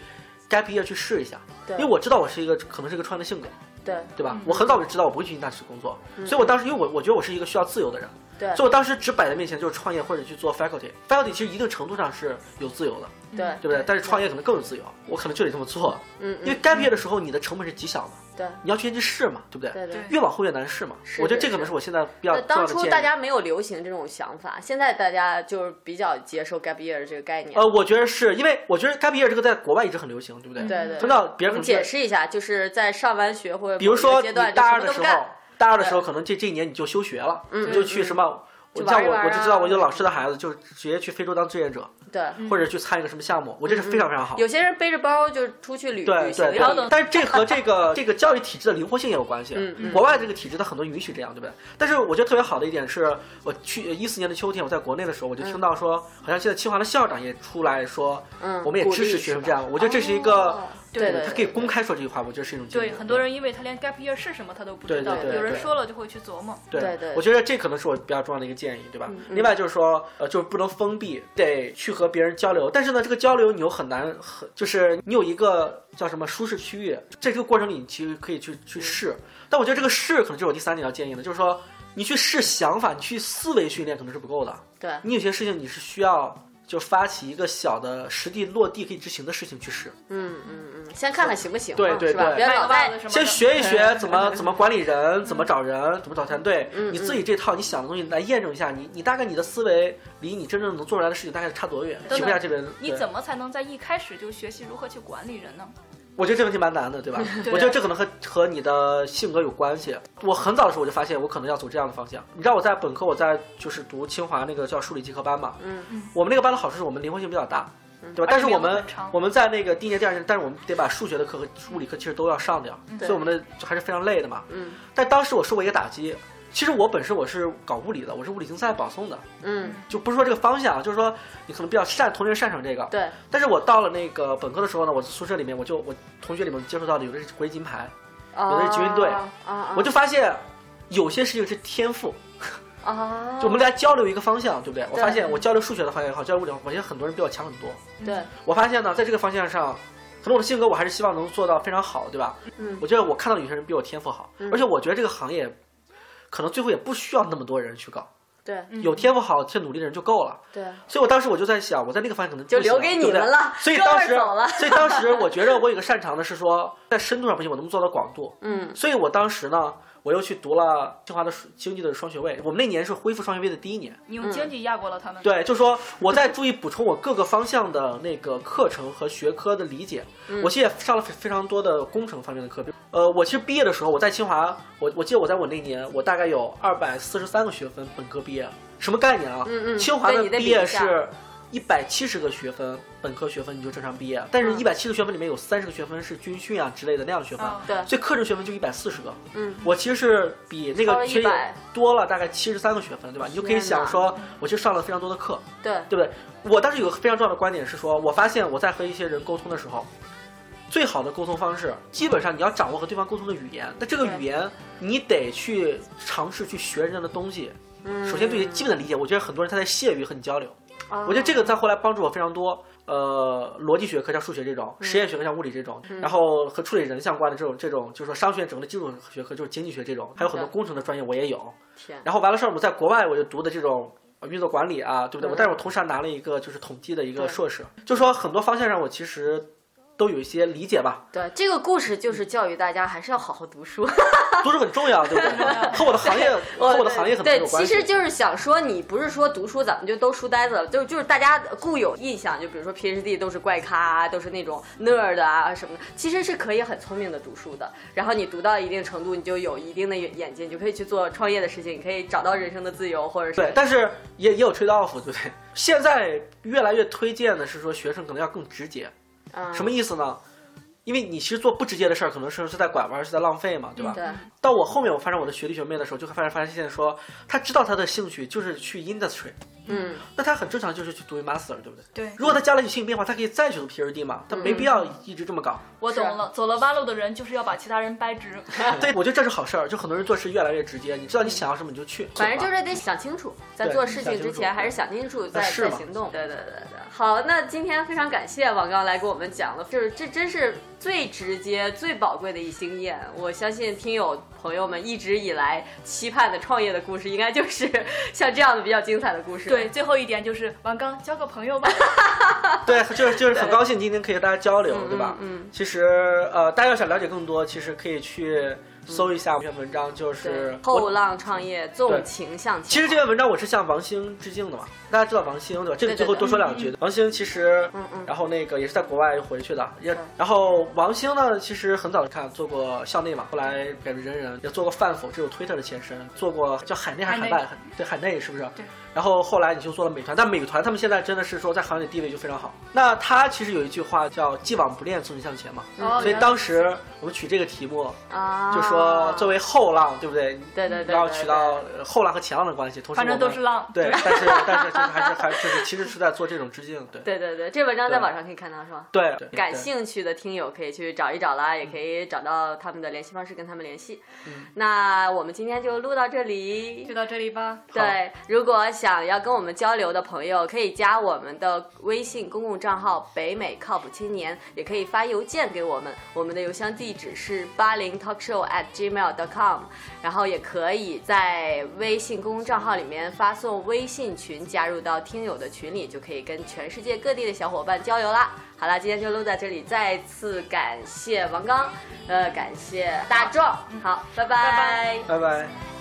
Speaker 3: gap year 去试一下，
Speaker 1: 对
Speaker 3: 因为我知道我是一个可能是一个创业的性格，
Speaker 1: 对嗯
Speaker 3: 对吧？我很早就知道我不会去进大企业工作，所以我当时因为我我觉得我是一个需要自由的人，
Speaker 1: 对
Speaker 3: 所以我当时只摆在面前就是创业或者去做 faculty。faculty 其实一定程度上是有自由的，
Speaker 1: 对
Speaker 3: 对不对？但是创业可能更有自由，我可能就得这么做，
Speaker 1: 嗯
Speaker 3: 因为
Speaker 1: 嗯，
Speaker 3: 该毕业的时候你的成本是极小的，
Speaker 1: 对
Speaker 3: 你要去先去试嘛，对不对？
Speaker 1: 对对。
Speaker 3: 越往后越难试嘛，
Speaker 1: 是
Speaker 3: 我觉得
Speaker 1: 是
Speaker 3: 这可能
Speaker 1: 是
Speaker 3: 是我现在比较
Speaker 1: 那
Speaker 3: 重要
Speaker 1: 当
Speaker 3: 的
Speaker 1: 初
Speaker 3: 建议
Speaker 1: 大家没有流行这种想法，现在大家就是比较接受 gap year 这个概念。
Speaker 3: 呃，我觉得是因为我觉得该毕业这个在国外一直很流行，对不对？
Speaker 1: 嗯对对
Speaker 3: 很早别
Speaker 1: 我们
Speaker 3: 人可能觉得
Speaker 1: 解释一下，就是在上完学或者
Speaker 3: 比如
Speaker 1: 某
Speaker 3: 说
Speaker 1: 一个
Speaker 3: 你
Speaker 1: 阶段，
Speaker 3: 大二
Speaker 1: 就
Speaker 3: 的
Speaker 1: 什
Speaker 3: 时
Speaker 1: 么都不
Speaker 3: 候
Speaker 1: 干，
Speaker 3: 大二的时候
Speaker 1: 对
Speaker 3: 可能这这一年你就休学了，
Speaker 1: 嗯
Speaker 3: 你就去什么？我像
Speaker 1: 玩一
Speaker 3: 我
Speaker 1: 玩
Speaker 3: 我就知道，
Speaker 1: 啊
Speaker 3: 我有老师的孩子就直接去非洲当志愿者，
Speaker 2: 嗯
Speaker 1: 对，
Speaker 3: 或者去参与个什么项目，我觉得是非常非常好。
Speaker 1: 嗯有些人背着包就出去旅
Speaker 3: 对
Speaker 1: 旅行啊
Speaker 3: 对
Speaker 1: 一
Speaker 2: 劳
Speaker 1: 趟
Speaker 2: 动
Speaker 3: 对，，但是这和
Speaker 1: *laughs*
Speaker 3: 这个这个教育体制的灵活性也有关系。啊
Speaker 1: 嗯嗯
Speaker 3: 国外这个体制它很多允许这样，对不对？但是我觉得特别好的一点是，我去一四年的秋天，我在国内的时候，我就听到说，好像现在清华的校长也出来说，
Speaker 1: 嗯，
Speaker 3: 我们也支持学生这样。我觉得这是一个
Speaker 2: 哦，
Speaker 1: 对对
Speaker 3: 他可以公开说这句话，我觉得是一种进步
Speaker 2: 对，很多人因为他连 gap year 是什么他都不
Speaker 3: 对
Speaker 2: 知道，
Speaker 1: 对对
Speaker 2: 有人
Speaker 3: 对
Speaker 2: 说了就会去琢磨。
Speaker 3: 对
Speaker 1: 对对
Speaker 3: 我觉得这可能是我比较重要的一个建议，对吧？
Speaker 1: 嗯
Speaker 3: 另外就是说，呃，就是不能封闭，得去和别人交流。但是呢，这个交流你又很难，很就是你有一个叫什么舒适区域，这个过程里你其实可以去
Speaker 1: 嗯
Speaker 3: 去试。但我觉得这个试可能就是我第三点要建议的，就是说你去试想法，你去思维训练可能是不够的。
Speaker 1: 对
Speaker 3: 你有些事情你是需要就发起一个小的实地落地可以执行的事情去试。
Speaker 1: 嗯嗯嗯，先看看行不行嘛，
Speaker 3: 对对
Speaker 1: 是吧？
Speaker 3: 对
Speaker 1: 别
Speaker 2: 卖
Speaker 1: 老
Speaker 2: 个袜
Speaker 1: 在
Speaker 2: 子什么的，
Speaker 3: 先学一
Speaker 2: *laughs*
Speaker 3: 学怎么怎么管理人，怎么找人，怎么找团队，
Speaker 1: 嗯
Speaker 3: 你自己这套你想的东西来验证一下，你你大概你的思维离你真正能做出来的事情大概差多远？
Speaker 2: 等等
Speaker 3: 体会一下这边。
Speaker 2: 你
Speaker 3: 对
Speaker 2: 怎么才能在一开始就学习如何去管理人呢？
Speaker 3: 我觉得这问题蛮难的，对吧？
Speaker 2: *laughs* 对
Speaker 3: 我觉得这可能和和你的性格有关系。我很早的时候我就发现我可能要走这样的方向。你知道我在本科我在就是读清华那个叫数理集合班嘛，
Speaker 1: 嗯
Speaker 2: 嗯
Speaker 3: 我们那个班的好处是我们灵活性比较大，
Speaker 1: 嗯
Speaker 3: 对吧？但是我
Speaker 2: 而且没有
Speaker 3: 们
Speaker 2: 很长
Speaker 3: 我们在那个第一年、第二年，但是我们得把数学的课和物理课其实都要上掉，
Speaker 1: 对
Speaker 3: 所以
Speaker 2: 嗯
Speaker 3: 我们的就还是非常累的嘛。
Speaker 1: 嗯
Speaker 3: 但当时我受过一个打击。其实我本身我是搞物理的，我是物理竞赛保送的，
Speaker 1: 嗯，
Speaker 3: 就不是说这个方向，啊就是说你可能比较擅同学擅长这个。 *laughs*
Speaker 1: 对，
Speaker 3: 但是我到了那个本科的时候呢，我宿舍里面我就我同学里面接触到的有的是国际金牌，
Speaker 1: 有
Speaker 3: 的是集运队
Speaker 1: 啊啊，
Speaker 3: 我就发现有些事情是天赋，
Speaker 1: 啊，
Speaker 3: 就我们来交流一个方向，对不对？我发现
Speaker 1: 对
Speaker 3: 我交流数学的方向也好，交流物理的方向也好，我觉得很多人比我强很多。
Speaker 2: 嗯
Speaker 1: 对，
Speaker 3: 我发现呢，在这个方向上，可能我的性格我还是希望能做到非常好，对吧？
Speaker 1: 嗯
Speaker 3: 我觉得我看到有些人比我天赋好，
Speaker 1: 嗯
Speaker 3: 而且我觉得这个行业可能最后也不需要那么多人去搞，
Speaker 1: 对
Speaker 2: 嗯
Speaker 3: 有天赋好且努力的人就够了。
Speaker 1: 对，
Speaker 3: 所以我当时我就在想，我在那个方向可能
Speaker 1: 就
Speaker 3: 不行
Speaker 1: 留给你们了
Speaker 3: 对不对所以
Speaker 1: 哥们
Speaker 3: 当
Speaker 1: 儿
Speaker 3: 时
Speaker 1: 走了
Speaker 3: 所以当时我觉得我有个擅长的是说，在深度上不行，我能不能做到广度？
Speaker 1: 嗯
Speaker 3: 所以我当时呢，我又去读了清华的经济的双学位。我们那年是恢复双学位的第一年。
Speaker 2: 你用经济压过了他
Speaker 3: 嗯
Speaker 2: 们。
Speaker 3: 对，就说我在注意补充我各个方向的那个课程和学科的理解。
Speaker 1: 嗯
Speaker 3: 我其实也上了非非常多的工程方面的课，比如呃，我其实毕业的时候，我在清华，我我记得我在我那年，我大概有二百四十三个学分，本科毕业，什么概念啊？
Speaker 1: 嗯嗯
Speaker 3: 清华
Speaker 1: 对
Speaker 3: 的
Speaker 1: 你得
Speaker 3: 毕
Speaker 1: 比
Speaker 3: 业
Speaker 1: 一下
Speaker 3: 是。一百七十个学分，本科学分你就正常毕业，但是
Speaker 1: 嗯
Speaker 3: 一百七十学分里面有三十个学分是军训啊之类的那样的学分，
Speaker 2: 哦
Speaker 1: 对，
Speaker 3: 所以课程学分就一百四十个。
Speaker 1: 嗯，
Speaker 3: 我其实是比那
Speaker 1: 超
Speaker 3: 个
Speaker 1: 了
Speaker 3: 学姐
Speaker 1: 100
Speaker 3: 多了大概七十三个学分，对吧？你就可以
Speaker 1: 天
Speaker 3: 想
Speaker 1: 哪
Speaker 3: 说，我就上了非常多的课，
Speaker 1: 对，
Speaker 3: 对不对？我当时有个非常重要的观点是说，我发现我在和一些人沟通的时候，最好的沟通方式，基本上你要掌握和对方沟通的语言。那这个
Speaker 2: 对
Speaker 3: 语言，你得去尝试去学人家的东西。
Speaker 1: 嗯，
Speaker 3: 首先对基本的理解，我觉得很多人他在屑于和你交流。
Speaker 1: 啊，
Speaker 3: 我觉得这个在后来帮助我非常多。呃，逻辑学科像数学这种，实验学科像物理这种，
Speaker 1: 嗯
Speaker 3: 然后和处理人相关的这种这种，就是说商学院整个基础学科就是经济学这种，还有很多
Speaker 1: 对
Speaker 3: 工程的专业我也有。
Speaker 1: 天，
Speaker 3: 然后完了事儿，我在国外我就读的这种呃运作管理啊，对不对？
Speaker 1: 嗯
Speaker 3: 我但是我同时还拿了一个就是统计的一个
Speaker 1: 对
Speaker 3: 硕士，就说很多方向上我其实。都有一些理
Speaker 1: *laughs*
Speaker 3: 解吧。
Speaker 1: 对，这个故事就是教育大家还是要好好读
Speaker 3: *laughs*
Speaker 1: 书。
Speaker 3: 读书很重要，对不对？
Speaker 1: *laughs*
Speaker 3: 和我的行业和我的行业很
Speaker 1: 对，
Speaker 3: 有关
Speaker 1: 其
Speaker 3: 系。
Speaker 1: 实就是想说，你不是说读书咱们就都书呆子了，就就是大家固有印象，就比如说 PhD 都是怪咖啊，都是那种 nerd 啊什么的，其实是可以很聪明的读书的。然后你读到一定程度，你就有一定的眼界，你就可以去做创业的事情，你可以找到人生的自由，或者是
Speaker 3: 对，但是也也有 trade off，对不 *laughs* 对？现在越来越推荐的是说，学生可能要更直接，
Speaker 1: 嗯
Speaker 3: 什么意思呢？因为你其实做不直接的事儿，可能是是在拐弯，是在浪费嘛，对吧？
Speaker 1: 嗯对
Speaker 3: 到我后面，我发现我的学弟学妹的时候，就发现发现说，他知道他的兴趣就是去 industry，
Speaker 1: 嗯
Speaker 3: 那他很正常就是去读 master，对不对？
Speaker 2: 对
Speaker 3: 如果他加了一些性变化，他可以再去读 PhD 嘛，他没必要一直这么搞。
Speaker 2: 我懂了，走了弯路的人就是要把其他人掰直。
Speaker 3: 对，我觉得这是啊好事儿，就很多人做事越来越直接，你知道你想要什么你就去。
Speaker 1: 反正就是得想清楚，在
Speaker 3: 对
Speaker 1: 做事情之
Speaker 3: 想清
Speaker 1: 前
Speaker 3: 楚
Speaker 1: 还是想清楚再
Speaker 3: 是
Speaker 1: 再
Speaker 3: 嘛
Speaker 1: 行动。对对对对，好，那今天非常感谢王刚来给我们讲了，就是这真是最直接、最宝贵的一经验。我相信听友朋友们一直以来期盼的创业的故事，应该就是 *laughs* 像这样的比较精彩的故事。
Speaker 2: 对，，最后一点就是王刚交个朋友吧。
Speaker 3: 对，就是就是很高兴今天可以和大家交流，对吧？
Speaker 1: 嗯
Speaker 3: 其实呃，大家要想了解更多，其实可以去搜一下一篇文章，就是
Speaker 1: 对，后
Speaker 3: 我。
Speaker 1: 浪创业，纵情向前。
Speaker 3: 其实这篇文章我是向王兴致敬的嘛，大家知道王兴对吧？这里
Speaker 1: 对对
Speaker 3: 最后
Speaker 1: 对
Speaker 3: 多说两句。王兴其实，
Speaker 1: 嗯嗯
Speaker 3: 然后那个也是在国外回去的，也然后王兴呢，其实很早就看做过校内嘛，后来改成人人，也做过饭否，这有 Twitter 的前身，做过叫海内还是海
Speaker 2: 海内
Speaker 3: 外？对，海内是不是？
Speaker 2: 对。
Speaker 3: 然后后来你就做了美团，但美团他们现在真的是说在行业里地位就非常好。那他其实有一句话叫“既往不恋，纵情向前”嘛，
Speaker 1: 哦
Speaker 3: 嗯所以当时我们取这个题目，
Speaker 1: 啊，
Speaker 3: 就说作为后浪，对不对？
Speaker 1: 对对对对
Speaker 3: 要取到呃后浪和前浪的关系，同时
Speaker 2: 反正
Speaker 3: 我们
Speaker 2: 都是浪
Speaker 1: *laughs*
Speaker 3: 对，但是但是就是还是还是就是其实是在做这种致敬，对
Speaker 1: 对对对，这文章在
Speaker 3: 对
Speaker 1: 网上可以看到是吧？
Speaker 3: 对。对
Speaker 1: 感兴趣的听友可以去找一找啦，也可以找到他们的联系方式跟他们联系。那我们今天就录到这
Speaker 2: 就
Speaker 1: 里。
Speaker 2: 到这里吧。
Speaker 1: 对，如果想要跟我们交流的朋友，可以加我们的微信公共账号“北美靠谱青年”，也可以发邮件给我们，我们的邮箱地址是八零 talkshow at gmail dot com，然后也可以在微信公众账号里面发送微信群，加入到听友的群里，就可以跟全世界各地的小伙伴交流啦。好啦，今天就录在这里，再次感谢王刚，呃，感谢大壮，好，拜
Speaker 2: 拜
Speaker 1: 拜
Speaker 3: 拜拜。